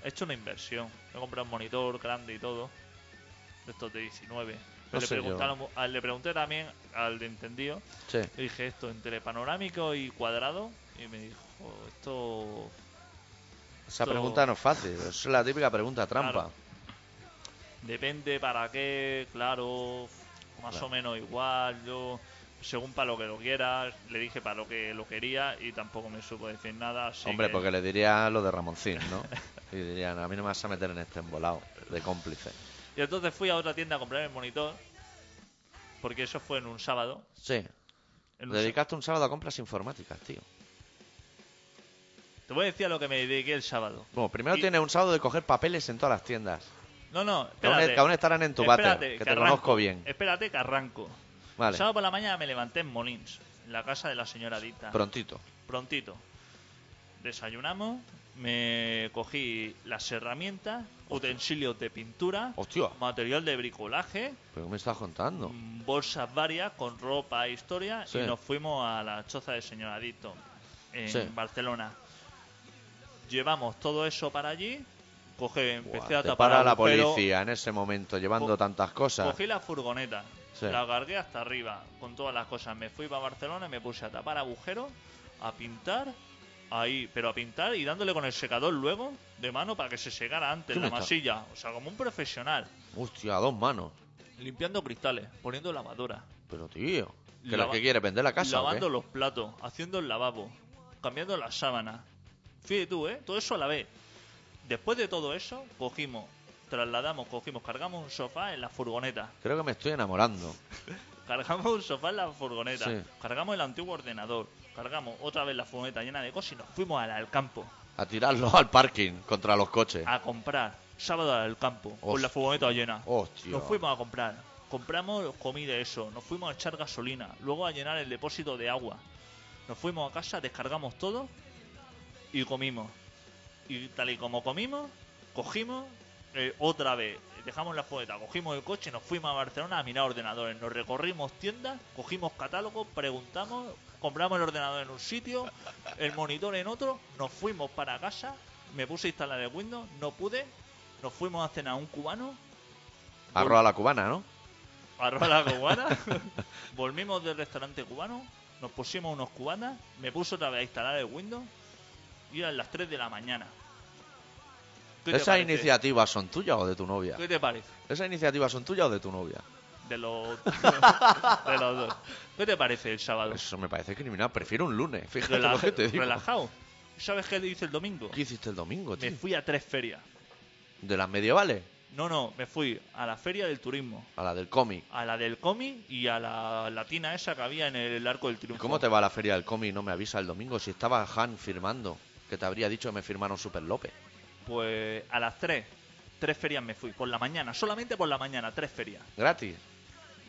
S1: He hecho una inversión. He comprado un monitor grande y todo. De estos de 19.
S2: No
S1: le,
S2: sé yo.
S1: preguntaron- a- le pregunté también al de entendido
S2: Sí.
S1: Le dije esto entre panorámico y cuadrado y me dijo esto
S2: Esa
S1: Esto-
S2: pregunta no es fácil, es la típica pregunta trampa.
S1: Claro. depende para qué, claro, más
S2: Claro.
S1: o menos igual, yo según para lo que lo quieras, le dije para lo que lo quería y tampoco me supo decir nada. así
S2: Hombre,
S1: que-
S2: porque le diría lo de Ramoncín, ¿no? y dirían, a mí no me vas a meter en este embolado de cómplice.
S1: Y entonces fui a otra tienda a comprar el monitor, porque eso fue en un sábado.
S2: Sí,
S1: en un
S2: dedicaste un sábado a compras informáticas, tío.
S1: sa- Te voy a decir a lo que me dediqué el sábado.
S2: Bueno, primero
S1: Y-
S2: tienes un sábado de coger papeles en todas las tiendas.
S1: No, no,
S2: Que aún,
S1: espérate.
S2: que aún estarán en tu váter,
S1: espérate,
S2: que,
S1: que
S2: te
S1: arranco.
S2: conozco bien.
S1: Espérate que arranco.
S2: Vale,
S1: Sábado por la mañana me levanté en Molins, en la casa de la señora Dita.
S2: prontito.
S1: prontito. Desayunamos, me cogí las herramientas, utensilios de pintura,
S2: Hostia,
S1: material de bricolaje,
S2: pero ¿qué me estás contando?
S1: mm, bolsas varias con ropa e historia
S2: Sí.
S1: y nos fuimos a la choza de señor Adicto en
S2: Sí.
S1: Barcelona. Llevamos todo eso para allí, coge, empecé
S2: Buah,
S1: a
S2: te
S1: tapar
S2: para la
S1: agujeros,
S2: policía en ese momento llevando
S1: Co-
S2: tantas cosas.
S1: Cogí la furgoneta,
S2: Sí.
S1: la cargué hasta arriba con todas las cosas. Me fui para Barcelona y me puse a tapar agujeros, a pintar, ahí, pero a pintar y dándole con el secador luego de mano para que se secara antes
S2: ¿Qué me
S1: la
S2: estás-
S1: masilla. O sea, como un profesional.
S2: Hostia, a dos manos.
S1: Limpiando cristales, poniendo lavadora,
S2: Pero tío, que lo
S1: Lava-
S2: que quiere vender la casa. ¿o qué?
S1: lavando los platos, haciendo el lavabo, cambiando las sábanas. Fíjate tú, ¿eh? Todo eso a la vez. Después de todo eso, cogimos, trasladamos, cogimos, cargamos un sofá en la furgoneta.
S2: Creo que me estoy enamorando.
S1: Cargamos un sofá en la furgoneta,
S2: Sí.
S1: cargamos el antiguo ordenador, cargamos otra vez la furgoneta llena de cosas y nos fuimos al, al campo Ah,
S2: A tirarlo al parking contra los coches.
S1: a comprar. sábado al campo, con la
S2: Hostia.
S1: furgoneta llena.
S2: Hostia.
S1: Nos fuimos a comprar. Compramos comida, eso. Nos fuimos a echar gasolina. Luego a llenar el depósito de agua. Nos fuimos a casa, descargamos todo y comimos. Y tal y como comimos, cogimos eh, otra vez. Dejamos la furgoneta, cogimos el coche, nos fuimos a Barcelona a mirar ordenadores. Nos recorrimos tiendas, cogimos catálogos, preguntamos, compramos el ordenador en un sitio, el monitor en otro. Nos fuimos para casa. Me puse a instalar el Windows, no pude. Nos fuimos a cenar a un cubano,
S2: Arroz a la cubana, ¿no?
S1: Arroz a la cubana. Volvimos del restaurante cubano, nos pusimos unos cubanas, me puse otra vez a instalar el Windows y eran las 3 de la mañana. ¿Qué te
S2: ¿Esas
S1: parece?
S2: iniciativas son tuyas o de tu novia?
S1: ¿Qué te parece?
S2: ¿Esas iniciativas son tuyas o de tu novia?
S1: De los, de los dos. ¿Qué te parece el sábado?
S2: Eso me parece criminal. Prefiero un lunes. Fíjate
S1: Rela-
S2: lo que te digo.
S1: relajado. ¿Sabes qué le hice el domingo?
S2: ¿Qué hiciste el domingo,
S1: Me
S2: tío?
S1: fui a tres ferias.
S2: ¿De las medievales?
S1: No, no, me fui a la feria del turismo,
S2: A la del cómic.
S1: a la del cómic y a la latina esa que había en el arco del
S2: ¿Y
S1: triunfo.
S2: cómo te va la feria del cómic? No me avisa el domingo. Si estaba Han firmando, que te habría dicho que me firmaron Super López.
S1: Pues a las 3. Tres ferias me fui. Por la mañana. Solamente por la mañana. Tres ferias.
S2: Gratis.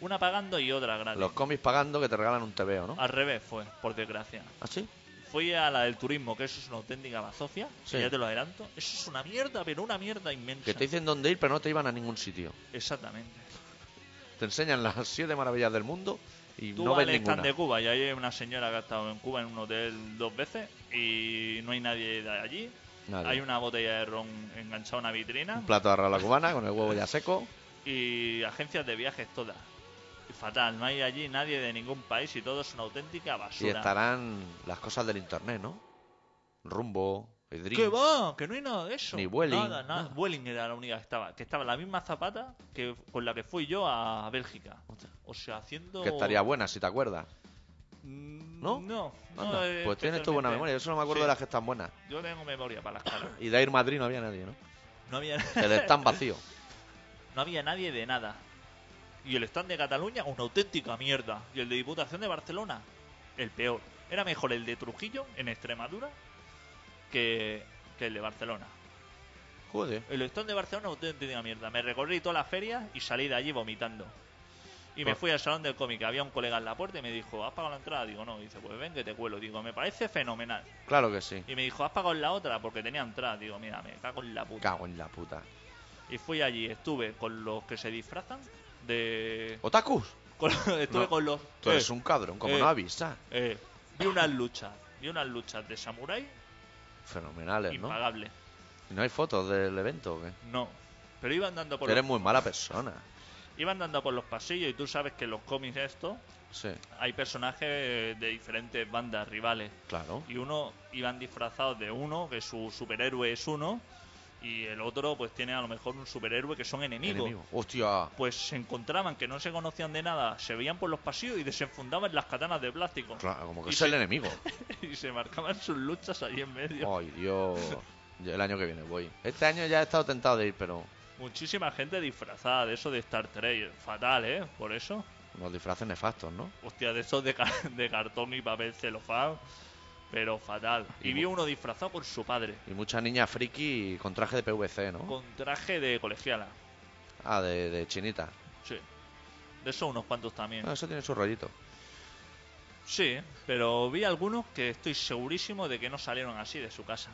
S1: Una pagando y otra gratis.
S2: Los cómics pagando que te regalan un TVO, ¿no?
S1: Al revés fue, por desgracia.
S2: ¿Ah, sí?
S1: Fui a la del turismo, que eso es una auténtica bazofia.
S2: Sí.
S1: que Ya te lo adelanto. Eso es una mierda, pero una mierda inmensa.
S2: Que te dicen dónde ir, pero no te iban a ningún sitio.
S1: Exactamente.
S2: Te enseñan las siete maravillas del mundo y
S1: Tú
S2: no
S1: vas
S2: ves
S1: al stand
S2: ninguna.
S1: de Cuba y hay una señora que ha estado en Cuba en un hotel dos veces y no hay nadie de allí.
S2: Nadie.
S1: Hay una botella de ron enganchada a una vitrina.
S2: Un plato de arroz a la cubana con el huevo ya seco.
S1: y agencias de viajes todas. Y Fatal, no hay allí nadie de ningún país y todo es una auténtica
S2: Y
S1: basura.
S2: estarán las cosas del internet, ¿no? Rumbo, Idris.
S1: ¡Qué va! Que no hay nada de eso.
S2: Ni Vueling,
S1: Nada, nada.
S2: nada.
S1: Vueling era la única que estaba. Que estaba la misma zapata que con la que fui yo a Bélgica. O sea, haciendo.
S2: Que estaría buena, si te acuerdas.
S1: Mm,
S2: ¿No?
S1: No.
S2: Anda,
S1: no, eh,
S2: pues tienes tu buena
S1: especialmente.
S2: memoria. Yo solo me acuerdo
S1: Sí,
S2: de las que están buenas.
S1: Yo tengo memoria para las caras.
S2: Y de Air Madrid no había nadie, ¿no?
S1: No había,
S2: El stand vacío.
S1: no había nadie de nada. Y el stand de Cataluña, una auténtica mierda. Y el de Diputación de Barcelona, el peor. Era mejor el de Trujillo, en Extremadura, que, que el de Barcelona.
S2: Joder.
S1: El stand de Barcelona, auténtica mierda. Me recorrí toda la feria y salí de allí vomitando. Y me
S2: Pues-
S1: fui al salón del cómic. Había un colega en la puerta y me dijo, ¿has pagado la entrada? Digo, no. Dice, pues ven que te cuelo. Digo, me parece fenomenal.
S2: Claro que sí.
S1: Y me dijo, ¿has pagado la otra? Porque tenía entrada. Digo, mira, me cago en la puta.
S2: Cago en la puta.
S1: Y fui allí, estuve con los que se disfrazan de
S2: Otakus,
S1: Con- estuve
S2: No,
S1: con los.
S2: tú
S1: eh,
S2: eres un cabrón, como
S1: eh.
S2: no avisas.
S1: eh, vi unas luchas. Vi unas luchas de samurái
S2: Fenomenales, ¿no?
S1: impagables.
S2: ¿Y no hay fotos del evento o qué?
S1: No. Pero iban dando por
S2: Eres
S1: los,
S2: muy mala persona.
S1: iban dando por los pasillos y tú sabes que en los cómics estos
S2: Sí,
S1: hay personajes de diferentes bandas rivales.
S2: claro.
S1: Y uno iban disfrazados de uno, que su superhéroe es uno, y el otro pues tiene a lo mejor un superhéroe que son enemigos.
S2: Enemigo. Hostia,
S1: Pues se encontraban que no se conocían de nada, se veían por los pasillos y desenfundaban las katanas de plástico.
S2: claro, como que
S1: Y
S2: es
S1: se-
S2: el enemigo.
S1: y se marcaban sus luchas ahí en medio.
S2: Ay, Dios. Yo el año que viene voy. Este año ya he estado tentado de ir, pero
S1: Muchísima gente disfrazada de eso de Star Trek. Fatal, ¿eh? Por eso.
S2: unos disfraces nefastos, ¿no?
S1: Hostia, de esos de, ca- de cartón y papel celofán. Pero fatal. Y,
S2: Y
S1: vi
S2: mu-
S1: uno disfrazado con su padre.
S2: Y mucha niña friki con traje de PVC, ¿no?
S1: Con traje de colegiala.
S2: Ah, de, de chinita.
S1: Sí. De esos unos cuantos también.
S2: Ah, eso tiene su rollito.
S1: Sí, pero vi algunos que estoy segurísimo de que no salieron así de su casa.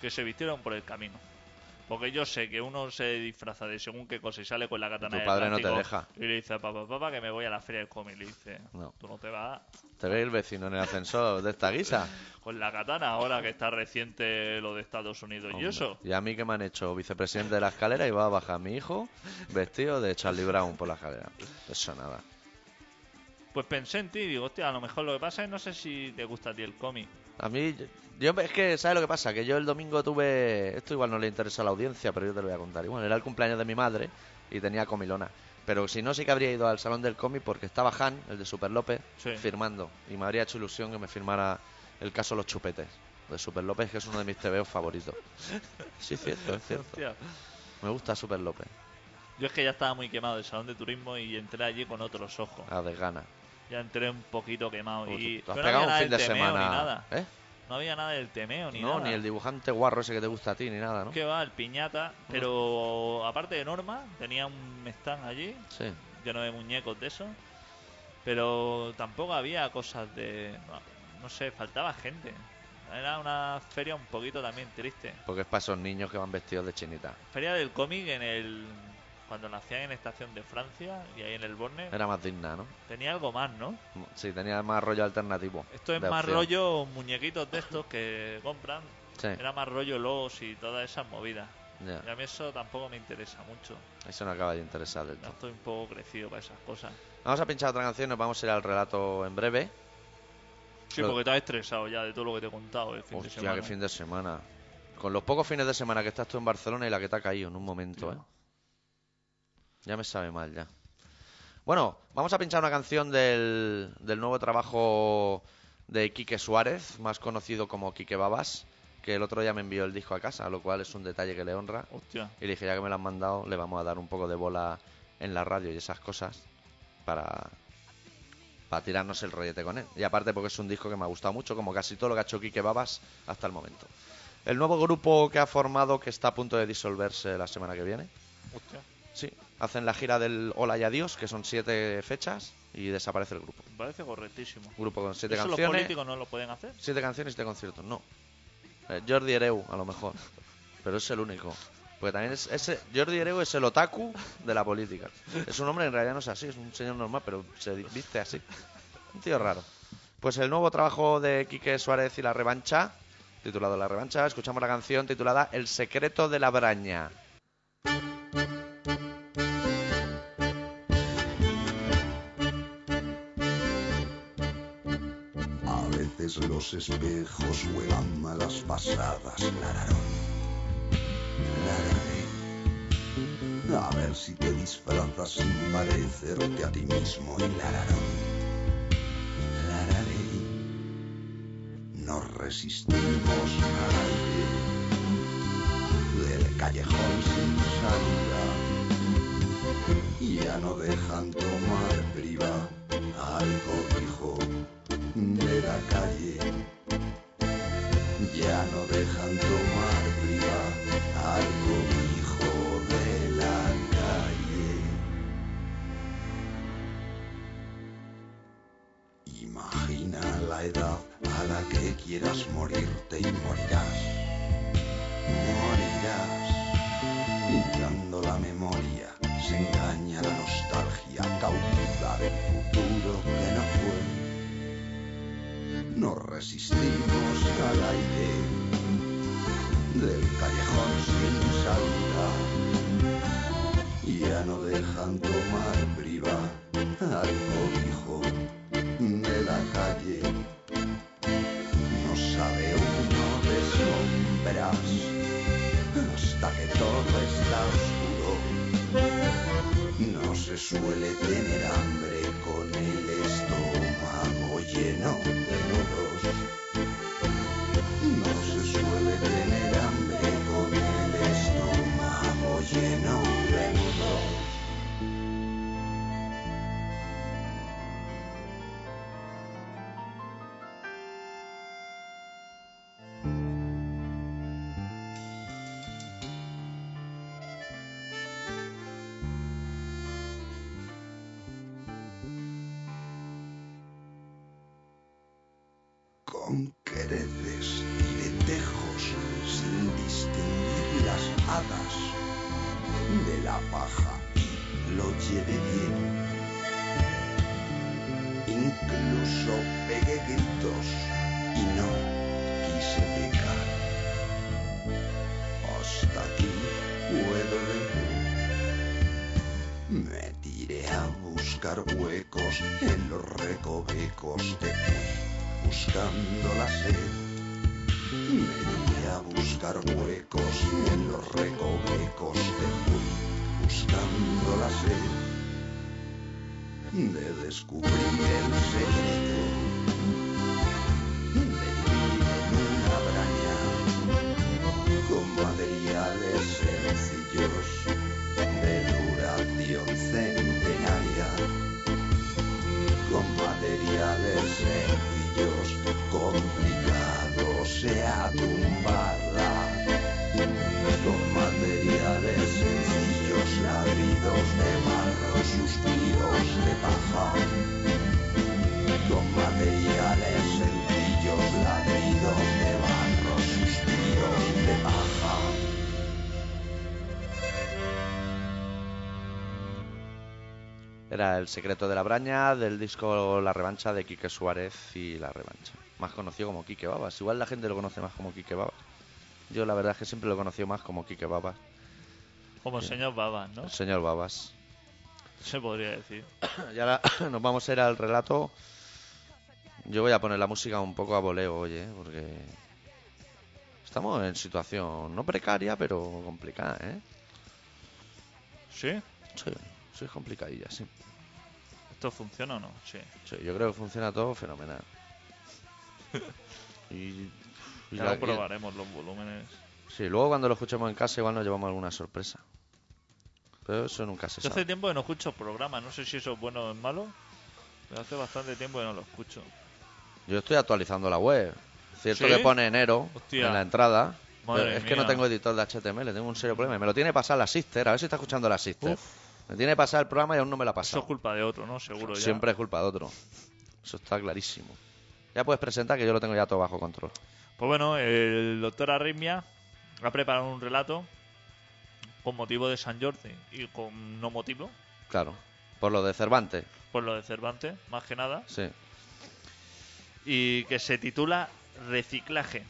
S1: Que se vistieron por el camino. Porque yo sé que uno se disfraza de según qué cosa y sale con la katana
S2: Tu
S1: de
S2: padre no te
S1: plástico
S2: deja.
S1: Y le dice a papá, papá, que me voy a la feria del cómic. Y Le dice,
S2: No.
S1: tú no te vas
S2: ¿Te ve el vecino en el ascensor de esta guisa?
S1: con la katana ahora que está reciente lo de Estados Unidos y
S2: Hombre,
S1: eso.
S2: Y a mí que me han hecho vicepresidente de la escalera y va a bajar mi hijo vestido de Charlie Brown por la escalera. Eso nada.
S1: Pues pensé en ti y digo, hostia, a lo mejor lo que pasa es no sé si te gusta a ti el cómic.
S2: A mí, yo es que, ¿sabes lo que pasa? Que yo el domingo tuve. Esto igual no le interesa a la audiencia, pero yo te lo voy a contar. Igual era el cumpleaños de mi madre y tenía comilona. Pero si no, sí que habría ido al salón del cómic porque estaba Han, el de Super López,
S1: Sí.
S2: firmando. Y me habría hecho ilusión que me firmara el caso Los Chupetes de Super López, que es uno de mis tebeos favoritos. Sí, es cierto, es cierto.
S1: Hostia.
S2: Me gusta Super López,
S1: Yo es que ya estaba muy quemado del salón de turismo y entré allí con otros ojos.
S2: a desgana.
S1: Ya entré un poquito quemado
S2: Tú-
S1: y
S2: tú has
S1: pero no
S2: pegado
S1: había E nada
S2: un fin de
S1: temeo ni
S2: semana.
S1: nada.
S2: ¿Eh?
S1: No había nada del temeo ni
S2: no,
S1: nada.
S2: ni el dibujante guarro ese que te gusta a ti, ni nada, ¿no?
S1: Que va, el piñata. Pero aparte de Norma, tenía un stand allí
S2: Sí.
S1: lleno de muñecos de eso. Pero tampoco había cosas de. No sé, faltaba gente. Era una feria un poquito también triste.
S2: Porque es para esos niños que van vestidos de chinita.
S1: Feria del cómic en el. Cuando nacían en Estación de Francia y ahí en el Borne.
S2: Era más digna, ¿no?
S1: Tenía algo más, ¿no?
S2: Sí, tenía más rollo alternativo.
S1: Esto es
S2: de
S1: más
S2: opción. Eh.
S1: rollo muñequitos de estos que compran.
S2: Sí,
S1: Era más rollo los y todas esas movidas.
S2: ya.
S1: Y a mí eso tampoco me interesa mucho.
S2: Eso no acaba de interesar del
S1: Ya
S2: todo.
S1: estoy un poco crecido para esas cosas.
S2: Vamos a pinchar otra canción, nos vamos a ir al relato en breve.
S1: Sí,
S2: Lo-
S1: porque te has estresado ya de todo lo que te he contado el fin de
S2: Hostia,
S1: semana.
S2: qué fin de semana. Con los pocos fines de semana que estás tú en Barcelona y la que te ha caído en un momento, ¿eh?
S1: Tío.
S2: Ya me sabe mal, ya. Bueno, vamos a pinchar una canción del, del nuevo trabajo de Quique Suárez, más conocido como Quique Babas, que el otro día me envió el disco a casa, lo cual es un detalle que le honra.
S1: Hostia.
S2: Y le dije, ya que me lo han mandado, le vamos a dar un poco de bola en la radio y esas cosas para, para tirarnos el rollete con él. Y aparte porque es un disco que me ha gustado mucho, como casi todo lo que ha hecho Quique Babas hasta el momento. El nuevo grupo que ha formado, que está a punto de disolverse la semana que viene.
S1: Hostia.
S2: Sí, hacen la gira del Hola y Adiós, que son siete fechas, y desaparece el grupo.
S1: Me parece correctísimo.
S2: Grupo con siete
S1: Eso los
S2: canciones.
S1: políticos no lo pueden hacer.
S2: Siete canciones y siete conciertos, no. Eh, Jordi Ereu, a lo mejor. Pero es el único. Porque también es ese Jordi Ereu es el otaku de la política. Es un hombre que en realidad no es así, es un señor normal, pero se viste así. Un tío raro. Pues el nuevo trabajo de Quique Suárez y La Revancha, titulado La Revancha, escuchamos la canción titulada El secreto de la braña.
S4: A veces los espejos juegan malas pasadas, Lararón. Lararé. A ver si te disfrazas sin parecerte a ti mismo y Lararón. Lararé. Nos resistimos al aire del callejón sin salida. Ya no dejan tomar priva algo hijo de la calle. Ya no dejan tomar priva al cobijo de la calle. Imagina la edad a la que quieras morirte y morirás. Morirás. Pintando la memoria, se engaña la nostalgia cautiva del futuro que no fue. Nos resistimos al aire del callejón sin salida. Ya no dejan tomar priva al cobijo de la calle. No sabe uno de sombras hasta que todo está oscuro. No se suele tener hambre con el estómago lleno de nudos. No se suele tener hambre con el estómago lleno de nudos. con quereces y letejos sin distinguir las hadas de la paja y lo llevé bien. Incluso pegué gritos y no quise pecar. Hasta aquí puedo leer. Me tiré a buscar huecos en los recovecos de fui buscando la sed. Me tiré a buscar huecos en los recovecos de fui buscando la sed. De descubrir el secreto. De vivir en una braña con materiales sencillos de duración centenaria, con materiales sencillos, complicados Ruidos de barro, suspiros de paja. Con materiales sencillos, ladridos de barro, suspiros de paja.
S2: Era El secreto de la braña del disco La revancha de Quique Suárez y La revancha. Más conocido como Quique Babas. Igual la gente lo conoce más como Quique Babas. Yo la verdad es que siempre lo he conocido más como Quique Babas.
S1: Como señor Babas, ¿no?
S2: El señor Babas.
S1: Se podría decir.
S2: Y ahora nos vamos a ir al relato. Yo voy a poner la música un poco a voleo hoy, ¿eh? Porque estamos en situación no precaria, pero complicada, ¿eh?
S1: ¿Sí?
S2: Sí, sí, es complicadilla, sí.
S1: ¿Esto funciona o no? Sí.
S2: Sí, yo creo que funciona todo fenomenal. Y, y
S1: Ya
S2: la-
S1: lo probaremos los volúmenes.
S2: Sí, luego cuando lo escuchemos en casa igual nos llevamos alguna sorpresa. Pero eso nunca se
S1: Yo hace
S2: sabe.
S1: tiempo que no escucho programas, no sé si eso es bueno o es malo. Pero hace bastante tiempo que no lo escucho.
S2: Yo estoy actualizando la web. Cierto
S1: ¿Sí?
S2: que pone enero
S1: Hostia.
S2: en la entrada.
S1: Madre
S2: pero es que no
S1: mía.
S2: tengo editor de HTML, tengo un serio problema. Y Me lo tiene que pasar la Sister, a ver si está escuchando la Sister.
S1: Uf.
S2: Me tiene que pasar el programa y aún no me la
S1: Eso
S2: pasa.
S1: es culpa de otro, ¿no? Seguro ya.
S2: Siempre es culpa de otro. Eso está clarísimo. Ya puedes presentar que yo lo tengo ya todo bajo control.
S1: Pues bueno, el doctor Arritmia ha preparado un relato con motivo de San Jordi y con no motivo,
S2: Claro. Por lo de Cervantes,
S1: por lo de Cervantes, más que nada,
S2: sí.
S1: y que se titula Reciclaje.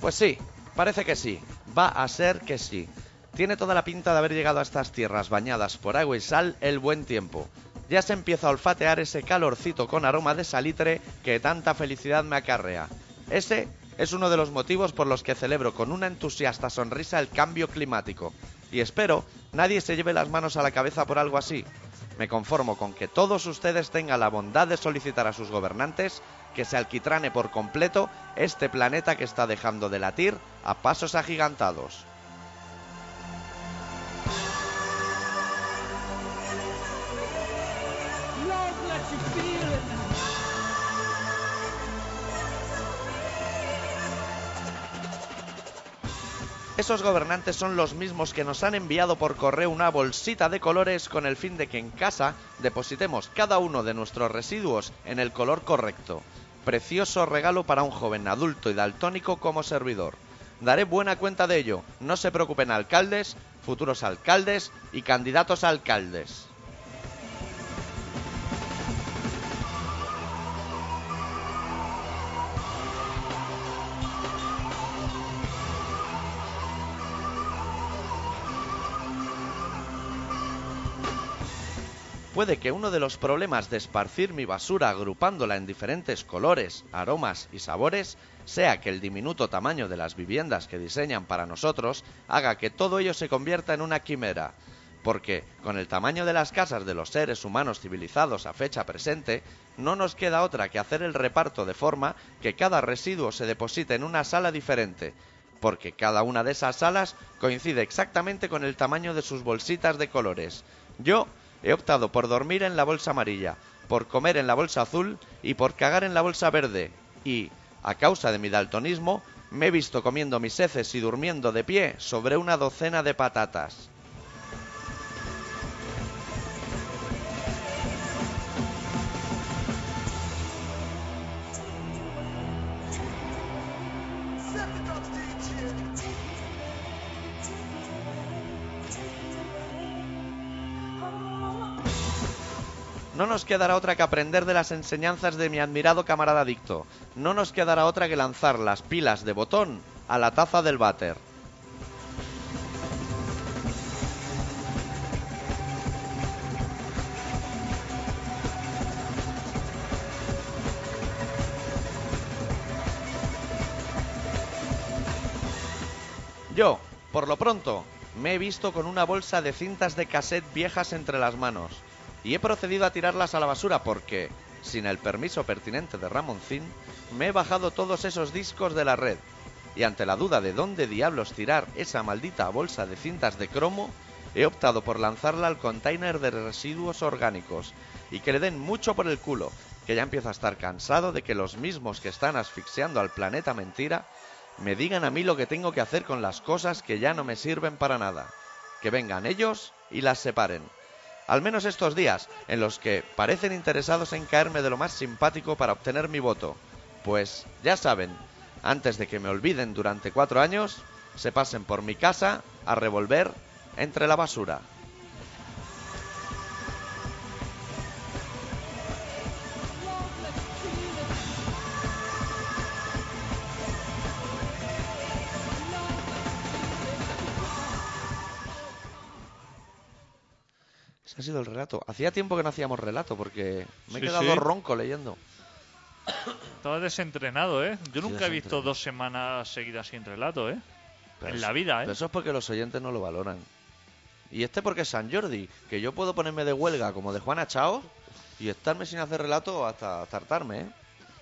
S2: Pues sí, parece que sí. Va a ser que sí. Tiene toda la pinta de haber llegado a estas tierras bañadas por agua y sal el buen tiempo. Ya se empieza a olfatear ese calorcito con aroma de salitre que tanta felicidad me acarrea. Ese es uno de los motivos por los que celebro con una entusiasta sonrisa el cambio climático. Y espero nadie se lleve las manos a la cabeza por algo así. Me conformo con que todos ustedes tengan la bondad de solicitar a sus gobernantes que se alquitrane por completo este planeta que está dejando de latir a pasos agigantados.
S5: Lord, let you feel it.
S2: Esos gobernantes son los mismos que nos han enviado por correo una bolsita de colores con el fin de que en casa depositemos cada uno de nuestros residuos en el color correcto. Precioso regalo para un joven adulto y daltónico como servidor. Daré buena cuenta de ello. No se preocupen alcaldes, futuros alcaldes y candidatos a alcaldes. Puede que uno de los problemas de esparcir mi basura agrupándola en diferentes colores, aromas y sabores sea que el diminuto tamaño de las viviendas que diseñan para nosotros haga que todo ello se convierta en una quimera. Porque, con el tamaño de las casas de los seres humanos civilizados a fecha presente, no nos queda otra que hacer el reparto de forma que cada residuo se deposite en una sala diferente, porque cada una de esas salas coincide exactamente con el tamaño de sus bolsitas de colores. Yo he optado por dormir en la bolsa amarilla, por comer en la bolsa azul y por cagar en la bolsa verde. Y, a causa de mi daltonismo, me he visto comiendo mis heces y durmiendo de pie sobre una docena de patatas. No nos quedará otra que aprender de las enseñanzas de mi admirado camarada adicto. No nos quedará otra que lanzar las pilas de botón a la taza del váter. Yo, por lo pronto, me he visto con una bolsa de cintas de cassette viejas entre las manos y he procedido a tirarlas a la basura porque, sin el permiso pertinente de Ramoncín, me he bajado todos esos discos de la red. Y ante la duda de dónde diablos tirar esa maldita bolsa de cintas de cromo, he optado por lanzarla al container de residuos orgánicos y que le den mucho por el culo, que ya empiezo a estar cansado de que los mismos que están asfixiando al planeta mentira me digan a mí lo que tengo que hacer con las cosas que ya no me sirven para nada. Que vengan ellos y las separen. Al menos estos días, en los que parecen interesados en caerme de lo más simpático para obtener mi voto. Pues, ya saben, antes de que me olviden durante cuatro años, se pasen por mi casa a revolver entre la basura. Ese ha sido el relato. Hacía tiempo que no hacíamos relato porque me
S1: Sí,
S2: he quedado
S1: sí.
S2: ronco leyendo.
S1: Todo desentrenado, ¿eh? Yo
S2: Sí,
S1: nunca he visto
S2: desentrenado.
S1: dos semanas seguidas sin relato, ¿eh?
S2: Pero
S1: en
S2: eso-
S1: la vida, ¿eh?
S2: pero eso es porque los oyentes no lo valoran. Y este porque es San Jordi, que yo puedo ponerme de huelga como de Juana Chao y estarme sin hacer relato hasta tartarme, ¿eh?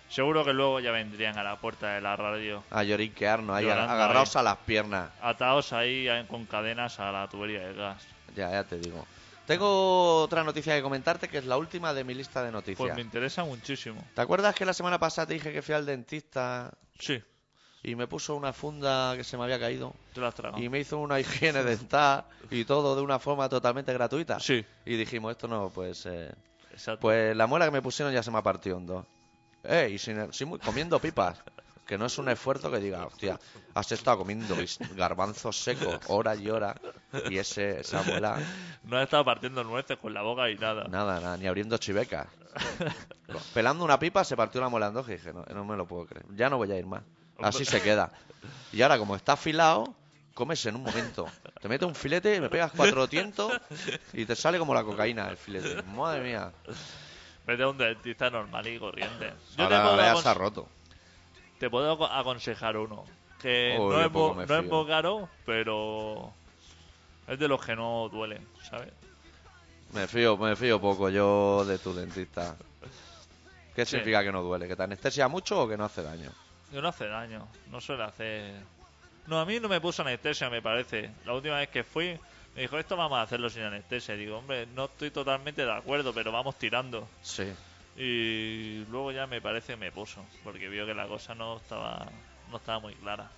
S1: Seguro que luego ya vendrían a la puerta de la radio,
S2: A lloriquearnos, ahí
S1: Llorando
S2: agarrados a las piernas.
S1: atados ahí eh, con cadenas a la tubería de gas.
S2: Ya, ya te digo. Tengo otra noticia que comentarte que es la última de mi lista de
S1: Pues
S2: noticias.
S1: me interesa muchísimo.
S2: ¿Te acuerdas que la semana pasada te dije que fui al dentista
S1: Sí,
S2: y me puso una funda que se me había caído?
S1: te las trago.
S2: Y me hizo una higiene dental y todo de una forma totalmente gratuita.
S1: Sí.
S2: Y dijimos, esto no, pues... eh,
S1: Exacto.
S2: Pues la muela que me pusieron ya se me ha partido en dos. Eh, y sin, sin- comiendo pipas. Que no es un esfuerzo que diga, hostia, has estado comiendo bis- garbanzos secos hora y hora. Y ese, esa muela,
S1: No he estado partiendo nueces con la boca y nada.
S2: nada, nada, ni abriendo chivecas. Pues, Pelando una pipa se partió la muela en dos y dije, no, no me lo puedo creer. Ya no voy a ir más. Así se queda. Y ahora, como está afilado, comes en un momento. Te metes un filete, me pegas cuatro tientos y te sale como la cocaína el filete. Madre mía.
S1: Vete a un dentista normal y corriente. Yo te,
S2: Ahora
S1: puedo
S2: ya
S1: acon-
S2: se ha roto.
S1: te puedo aco- aconsejar uno. Que
S2: Uy,
S1: no,
S2: yo
S1: es
S2: poco
S1: mo-
S2: me
S1: no es
S2: fío.
S1: muy caro, pero es de los que no duelen, ¿sabes?
S2: Me fío, me fío poco yo de tu dentista. ¿Qué
S1: Sí.
S2: significa que no duele? ¿Que te anestesia mucho o que no hace daño?
S1: Yo no hace daño, no suele hacer. No, a mí no me puso anestesia, me parece. La última vez que fui, me dijo, esto vamos a hacerlo sin anestesia. Y digo, hombre, no estoy totalmente de acuerdo, pero vamos tirando.
S2: Sí.
S1: Y luego ya me parece me puso, porque vio que la cosa no estaba, no estaba muy clara.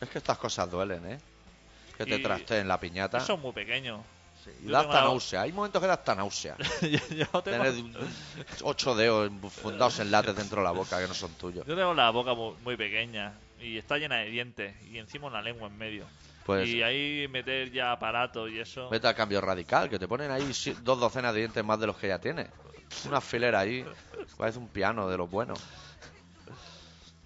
S2: Es que estas cosas duelen, ¿eh? Que te
S1: Y-
S2: trasteen la piñata.
S1: Son muy pequeños.
S2: y
S1: yo
S2: da
S1: tengo
S2: hasta
S1: la-
S2: náusea. Hay momentos que da hasta náusea.
S1: yo, yo tengo,
S2: Tener un- ocho dedos fundados en látex dentro de la boca que no son tuyos.
S1: yo tengo la boca mu- muy, pequeña y está llena de dientes y encima una lengua en medio.
S2: Pues
S1: y ahí meter ya aparatos y eso.
S2: vete al cambio radical, que te ponen ahí si- dos docenas de dientes más de los que ya tienes. Una filera ahí. Parece un piano de los buenos.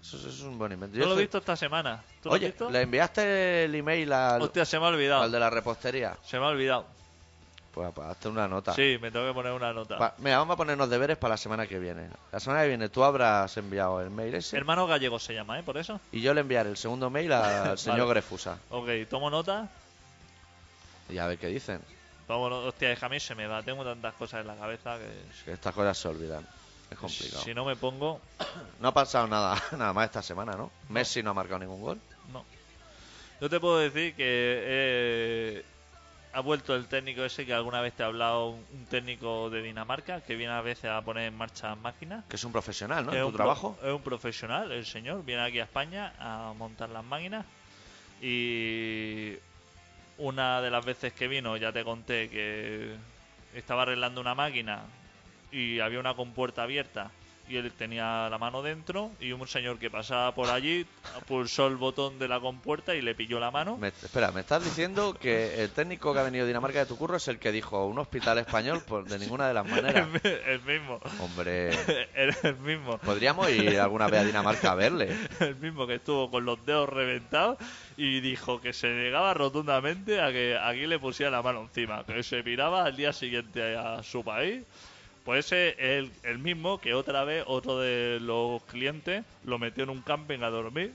S2: Eso, eso es un buen invento.
S1: No
S2: Yo
S1: lo he
S2: estoy-
S1: visto esta semana. ¿Tú lo
S2: Oye,
S1: has visto?
S2: ¿le enviaste el email al,
S1: Hostia, se me ha olvidado.
S2: al de la repostería?
S1: Se me ha olvidado.
S2: Pues pa- hazte una nota.
S1: Sí, me tengo que poner una nota.
S2: Pa- mira, vamos a ponernos deberes para la semana que viene. La semana que viene tú habrás enviado el mail ese
S1: Hermano Gallego se llama, ¿eh? Por eso.
S2: y yo le enviaré el segundo mail al señor
S1: Vale.
S2: Grefusa.
S1: Ok, tomo nota.
S2: Y a ver qué dicen.
S1: Vamos, no- hostia, es que a mí se me va. Tengo tantas cosas en la cabeza que...
S2: Que estas cosas se olvidan. Es complicado.
S1: Si no me pongo...
S2: No ha pasado nada, nada más esta semana, ¿no? Messi no ha marcado ningún gol.
S1: No. Yo te puedo decir que eh, ha vuelto el técnico ese que alguna vez te ha hablado, un un técnico de Dinamarca, que viene a veces a poner en marcha máquinas.
S2: Que es un profesional, ¿no?
S1: Es
S2: En tu
S1: un pro-
S2: trabajo.
S1: Es un profesional, el señor. Viene aquí a España a montar las máquinas. Y una de las veces que vino, ya te conté que estaba arreglando una máquina y había una compuerta abierta y él tenía la mano dentro y un señor que pasaba por allí pulsó el botón de la compuerta y le pilló la mano.
S2: Me- espera, ¿me estás diciendo que el técnico que ha venido de Dinamarca de tu curro es el que dijo un hospital español por, de ninguna de las maneras?
S1: El, el mismo.
S2: Hombre,
S1: El, el mismo.
S2: podríamos ir alguna vez a Dinamarca a verle.
S1: el mismo que estuvo con los dedos reventados y dijo que se negaba rotundamente a que aquí le pusiera la mano encima, que se piraba al día siguiente a su país. Pues ese es el, el mismo que otra vez otro de los clientes lo metió en un camping a dormir.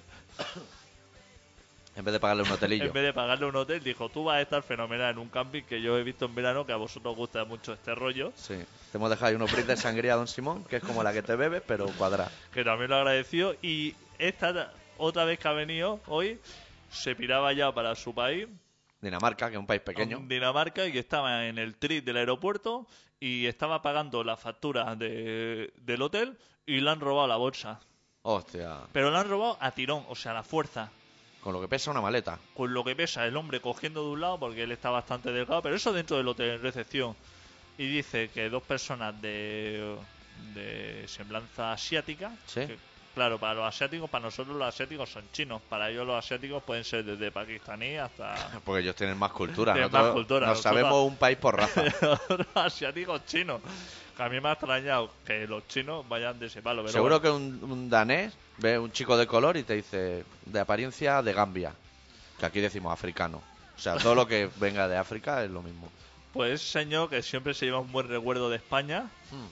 S2: En vez de pagarle un hotelillo.
S1: En vez de pagarle un hotel, dijo, tú vas a estar fenomenal en un camping que yo he visto en verano, que a vosotros os gusta mucho este rollo.
S2: Sí. Te hemos dejado ahí unos bris de sangría, don Simón, que es como la que te bebes, pero cuadrada.
S1: que también lo agradeció. Y esta ta- otra vez que ha venido hoy, se piraba ya para su país,
S2: Dinamarca, que es un país pequeño.
S1: Dinamarca, y que estaba en el trip del aeropuerto y estaba pagando las facturas de- del hotel y le han robado la bolsa.
S2: Hostia,
S1: Pero la han robado a tirón, o sea, a la fuerza.
S2: con lo que pesa una maleta.
S1: con lo que pesa el hombre cogiendo de un lado, porque él está bastante delgado, pero eso dentro del hotel en recepción. Y dice que dos personas de, de semblanza asiática,
S2: Sí.
S1: que, claro, para los asiáticos, para nosotros los asiáticos son chinos, para ellos los asiáticos pueden ser desde pakistaní hasta...
S2: Porque ellos tienen más cultura.
S1: Tienen
S2: Nosotros
S1: más cultura,
S2: nos
S1: nosotros-
S2: sabemos un país por raza.
S1: los asiáticos chinos. Que a mí me ha extrañado que los chinos vayan de ese palo. Pero
S2: Seguro
S1: bueno,
S2: que un, un danés ve un chico de color y te dice de apariencia de Gambia, que aquí decimos africano. O sea, todo lo que venga de África es lo mismo.
S1: pues ese señor que siempre se lleva un buen recuerdo de España,
S2: Mm.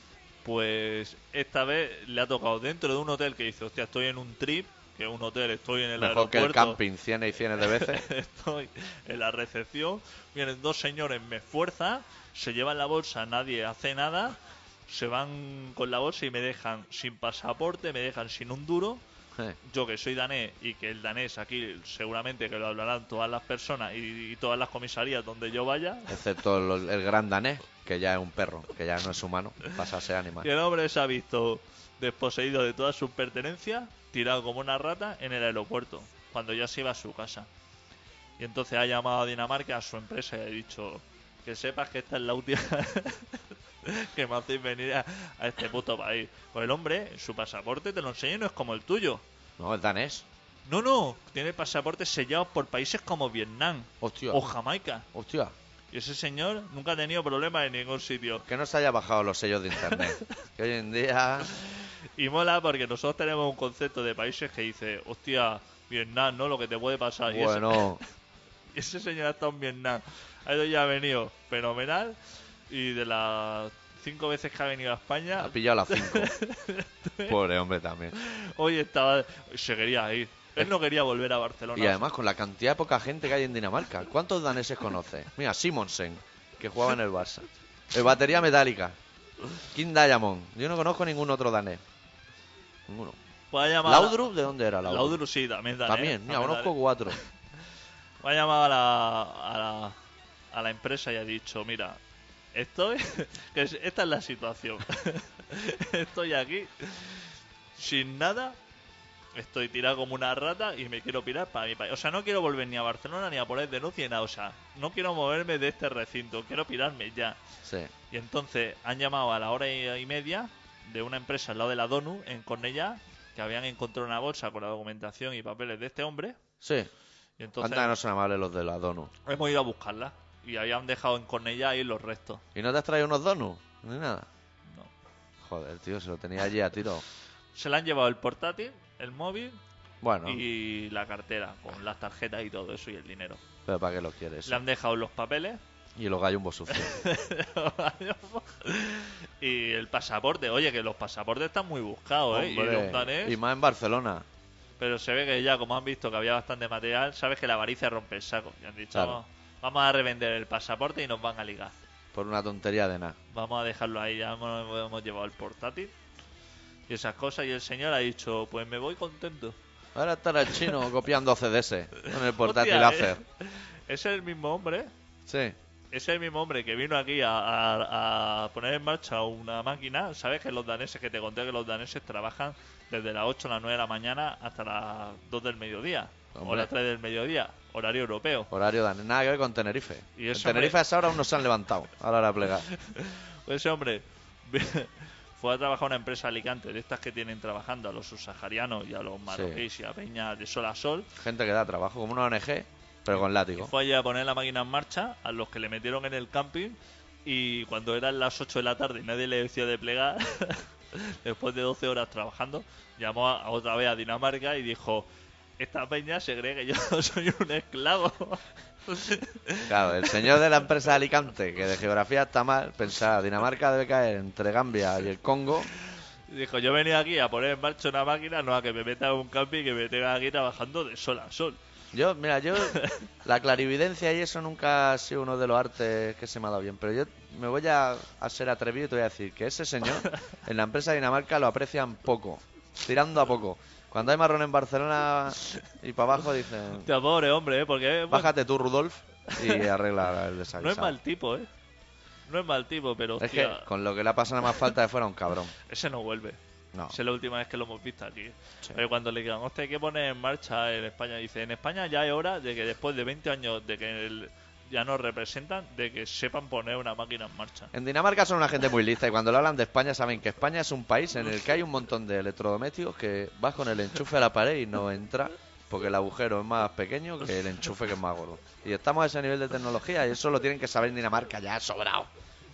S1: Pues esta vez le ha tocado dentro de un hotel que dice, hostia, estoy en un trip, que es un hotel, estoy en el
S2: Mejor que el
S1: aeropuerto,
S2: camping cienes y cienes de veces.
S1: estoy en la recepción, vienen dos señores, me esfuerzan, se llevan la bolsa, nadie hace nada, se van con la bolsa y me dejan sin pasaporte, me dejan sin un duro.
S2: Eh,
S1: Yo que soy danés y que el danés aquí seguramente que lo hablarán todas las personas y, y todas las comisarías donde yo vaya.
S2: Excepto el, el gran danés, que ya es un perro, que ya no es humano, pasa a ser
S1: Y
S2: animal.
S1: el hombre se ha visto desposeído de todas sus pertenencias, tirado como una rata en el aeropuerto, cuando ya se iba a su casa. Y entonces ha llamado a Dinamarca a su empresa y ha dicho que sepas que esta es la última que me hacéis venir a, a este puto país. Pues el hombre, su pasaporte te lo enseña y no es como el tuyo.
S2: No, es danés.
S1: No, no, tiene pasaportes sellados por países como Vietnam
S2: Hostia.
S1: o Jamaica.
S2: Hostia.
S1: Y ese señor nunca ha tenido problemas en ningún sitio.
S2: Que no se haya bajado los sellos de internet. que hoy en día.
S1: Y mola porque nosotros tenemos un concepto de países que dice, hostia, Vietnam, ¿no? Lo que te puede pasar. Y ese-
S2: Bueno,
S1: y ese, señor ha estado en Vietnam. Ha ido y ha venido fenomenal. Y de las cinco veces que ha venido a España,
S2: ha pillado las cinco. Pobre hombre también.
S1: hoy estaba... Se quería ir. Él no quería volver a Barcelona.
S2: Y además con la cantidad de poca gente que hay en Dinamarca. ¿Cuántos daneses conoces? Mira, Simonsen, que jugaba en el Barça. El batería metálica. King Diamond. Yo no conozco ningún otro danés. Ninguno.
S1: Pues ha llamado a la-
S2: ¿Laudrup? ¿De dónde era Laudrup?
S1: Laudrup sí, también. danés,
S2: También, mira,
S1: también
S2: conozco
S1: danés.
S2: cuatro.
S1: Ha llamado a la, a la, a la empresa y ha dicho, mira, estoy, que es- esta es la situación. estoy aquí sin nada, estoy tirado como una rata y me quiero pirar para mi país. O sea, no quiero volver ni a Barcelona ni a poner denuncia ni nada. O sea, no quiero moverme de este recinto, quiero pirarme ya.
S2: Sí.
S1: Y entonces han llamado a la hora y y media de una empresa al lado de la DONU, en Cornellá, que habían encontrado una bolsa con la documentación y papeles de este hombre.
S2: Sí.
S1: Y entonces
S2: Anda que no son amables los de la Donuts.
S1: Hemos ido a buscarla y habían dejado en Cornellá ahí los restos.
S2: ¿Y no te has traído unos donuts? Ni nada.
S1: No.
S2: Joder, tío, se lo tenía allí a tiro.
S1: Se le han llevado el portátil, el móvil
S2: Bueno,
S1: y la cartera con las tarjetas y todo eso y el dinero.
S2: pero ¿para qué lo quieres?
S1: Le han dejado los papeles
S2: Y los gallumbos sucios.
S1: y el pasaporte. Oye, que los pasaportes están muy buscados, ¿eh? Y
S2: Hombre,
S1: los danés,
S2: y más en Barcelona.
S1: Pero se ve que ya, como han visto que había bastante material, sabes que la avaricia rompe el saco. Y han dicho,
S2: Claro.
S1: "Vamos- vamos a revender el pasaporte y nos van a ligar.
S2: Por una tontería de nada.
S1: Vamos a dejarlo ahí, ya hemos, hemos llevado el portátil y esas cosas. Y el señor ha dicho, pues me voy contento.
S2: Ahora estará el chino copiando CDS con el portátil
S1: Hostia,
S2: láser.
S1: eh, Es el mismo hombre,
S2: Sí.
S1: es el mismo hombre que vino aquí a, a- a poner en marcha una máquina. Sabes que los daneses, que te conté que los daneses trabajan desde las 8 a las 9 de la mañana hasta las 2 del mediodía. O
S2: Hombre.
S1: las 3 del mediodía, horario europeo.
S2: Horario danés. Nada que ver con Tenerife.
S1: Y
S2: en
S1: eso,
S2: Tenerife
S1: hombre.
S2: a esa hora aún no se han levantado. Ahora la plegar.
S1: Pues ese hombre fue a trabajar a una empresa de Alicante, de estas que tienen trabajando a los subsaharianos y a los marroquíes y a Peña de sol a sol.
S2: Gente que da trabajo como una ONG, pero con
S1: Y
S2: látigo.
S1: fue allí a poner la máquina en marcha, a los que le metieron en el camping. Y cuando eran las 8 de la tarde y nadie le decía de plegar, después de 12 horas trabajando, llamó a, a otra vez a Dinamarca y dijo: Esta peña se cree que yo soy un esclavo.
S2: Claro, el señor de la empresa de Alicante, que de geografía está mal, pensaba Dinamarca debe caer entre Gambia y el Congo.
S1: Dijo, yo venía aquí a poner en marcha una máquina, no a que me meta en un camping y que me tenga aquí trabajando de sol a sol.
S2: Yo, mira, yo. La clarividencia y eso nunca ha sido uno de los artes que se me ha dado bien. Pero yo me voy a, a ser atrevido y te voy a decir que ese señor en la empresa de Dinamarca lo aprecian poco. Tirando a poco. Cuando hay marrón en Barcelona y para abajo dicen.
S1: Hostia, pobre hombre, ¿eh? Porque es buen-
S2: Bájate tú, Rudolf, y arregla el desaguisado.
S1: no es mal tipo, ¿eh? No es mal tipo, pero
S2: Es que
S1: hostia,
S2: con lo que le ha pasado nada más falta de fuera un cabrón.
S1: ese no vuelve.
S2: No.
S1: Esa es la última vez que lo hemos visto aquí.
S2: Ah. Sí.
S1: Pero cuando le digan, hostia, hay que poner en marcha en España, dice, en España ya es hora de que después de 20 años de que el- ya nos representan, de que sepan poner una máquina en marcha.
S2: En Dinamarca son una gente muy lista y cuando le hablan de España saben que España es un país en el que hay un montón de electrodomésticos que vas con el enchufe a la pared y no entra porque el agujero es más pequeño que el enchufe que es más gordo. Y estamos a ese nivel de tecnología y eso lo tienen que saber en Dinamarca ya sobrado.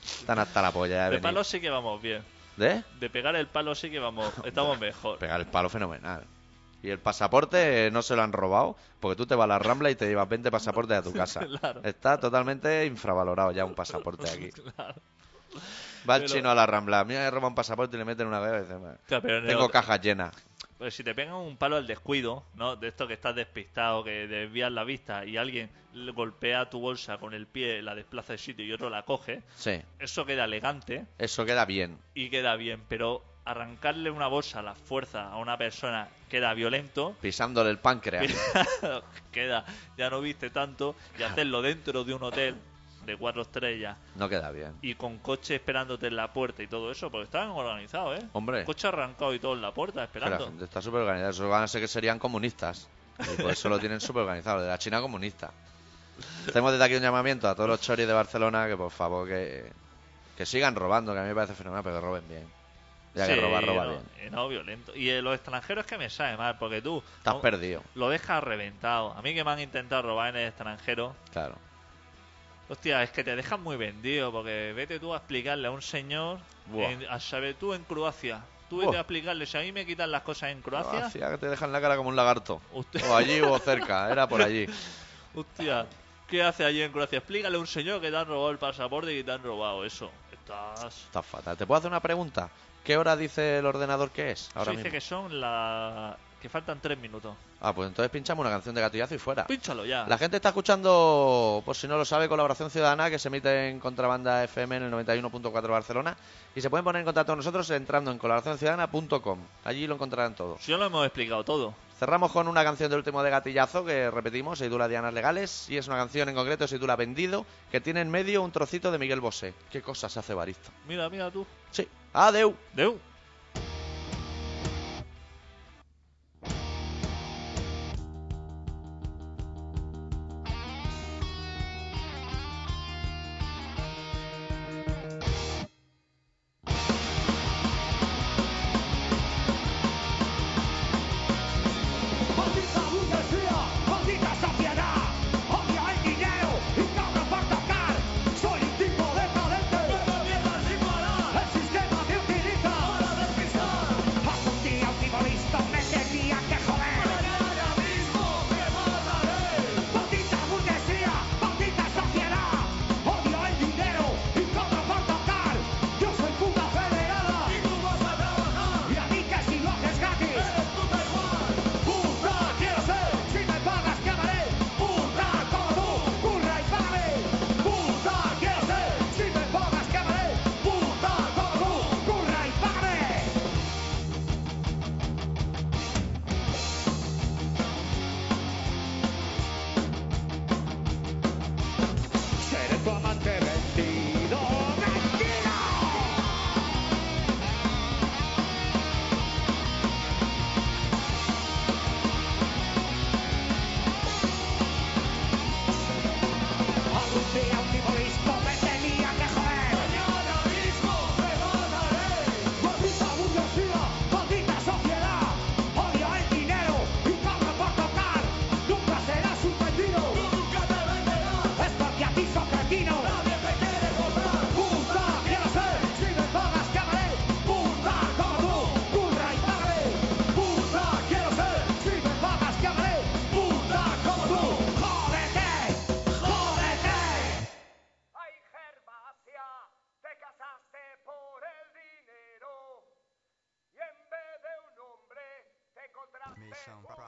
S2: Están hasta la polla de
S1: De
S2: venir.
S1: palo sí que vamos bien.
S2: ¿De?
S1: De pegar el palo sí que vamos, estamos mejor.
S2: Pegar el palo fenomenal. Y el pasaporte eh, no se lo han robado porque tú te vas a la Rambla y te llevas 20 pasaportes a tu casa.
S1: Claro.
S2: Está totalmente infravalorado ya un pasaporte aquí.
S1: Claro.
S2: Va el
S1: Pero-
S2: chino a la Rambla, mira, le roba un pasaporte y le meten una vez y dice, "Bueno,
S1: Hostia, pero en el
S2: tengo
S1: otro-
S2: cajas llenas.
S1: Pues si te pegan un palo al descuido, ¿no? De esto que estás despistado, que desvías la vista y alguien le golpea tu bolsa con el pie, la desplaza del sitio y otro la coge,
S2: Sí,
S1: eso queda elegante
S2: eso queda bien.
S1: y queda bien, pero arrancarle una bolsa a la fuerza a una persona queda violento,
S2: Pisándole el páncreas.
S1: queda, ya no viste tanto, y hacerlo dentro de un hotel de cuatro estrellas
S2: No queda bien.
S1: y con coche esperándote en la puerta y todo eso, porque estaban organizados, ¿eh?
S2: Hombre.
S1: Coche arrancado y todo en la puerta
S2: Que la
S1: esperando.
S2: gente está súper organizada. Eso van a ser que serían comunistas. Y por eso lo tienen súper organizado, de la China comunista. Hacemos desde aquí un llamamiento a todos los choris de Barcelona que por favor que, que sigan robando, que a mí me parece fenomenal, pero que roben bien. Ya que
S1: Sí,
S2: robar, roba
S1: no,
S2: bien.
S1: eh, No, violento. Y eh, los extranjeros que me sabe mal, porque tú
S2: Estás
S1: aún
S2: perdido,
S1: lo dejas reventado. A mí que me han intentado robar en el extranjero.
S2: claro.
S1: Hostia, es que te dejan muy vendido, porque vete tú a explicarle a un señor,
S2: Buah.
S1: en- a saber tú en Croacia. Tú
S2: Buah. Ah,
S1: vete a explicarle, si a mí me quitan las cosas en Croacia,
S2: Hacía que te dejan la cara como un lagarto.
S1: Usted-
S2: O allí o cerca, era por allí.
S1: hostia, ¿qué hace allí en Croacia? Explícale a un señor que te han robado el pasaporte y que te han robado eso. Estás...
S2: Está fatal. ¿Te puedo hacer una pregunta? ¿Qué hora dice el ordenador que es?
S1: Eso
S2: Ahora
S1: dice
S2: mismo.
S1: que son las... que faltan tres minutos.
S2: Ah, pues entonces pinchamos una canción de gatillazo y fuera.
S1: Pínchalo ya.
S2: La gente está escuchando, por si no lo sabe, Colaboración Ciudadana, que se emite en Contrabanda FM en el 91.4 Barcelona. Y se pueden poner en contacto con nosotros entrando en colaboracionciudadana.com. Allí lo encontrarán todo.
S1: Si no lo hemos explicado todo.
S2: Cerramos con una canción del último de gatillazo que repetimos, se titula Dianas Legales. Y es una canción en concreto, se titula Vendido, que tiene en medio un trocito de Miguel Bosé. ¿Qué cosa se hace barista?
S1: Mira, mira tú.
S2: Sí. Adeu.
S1: Deu.
S5: Maldita burguesía, maldita saciedad, odia el dinero y cabra para atacar. Soy un tipo decadente, pero mierda sin parar. El sistema te utiliza para despistar. Hace un día un futbolista me tenía que joder. Pero ahora mismo me mataré. Maldita burguesía, maldita saciedad, odia el dinero y cabra para atacar. Yo soy puta federada y tú vas a trabajar. Y a mí que si lo haces gratis, eres puta igual. Puta quiero ser, si me pagas te amaré. Puta como tú, curra y págame. Puta quiero ser, si me pagas te amaré. Puta como tú, curra y págame. Seré tu amante vendido. ¡Vendido! Algún día un futbolista me tenía que joder. Y ahora mismo me mataré. Maldita burguesía, maldita sociedad. Odia el dinero y paga por tocar. Nunca serás un vendido. nunca te venderás. Es porque a ti son cretinos. Nadie te quiere comprar. Puta, quiero ser. Si me pagas, te amaré. Puta, como tú. Curra y págame. Puta, quiero ser. Si me pagas, te amaré. Puta, como tú. Jódete. ¡Jódete!
S6: Ay, Gervasia, te casaste por el dinero y en vez de un hombre te encontraste con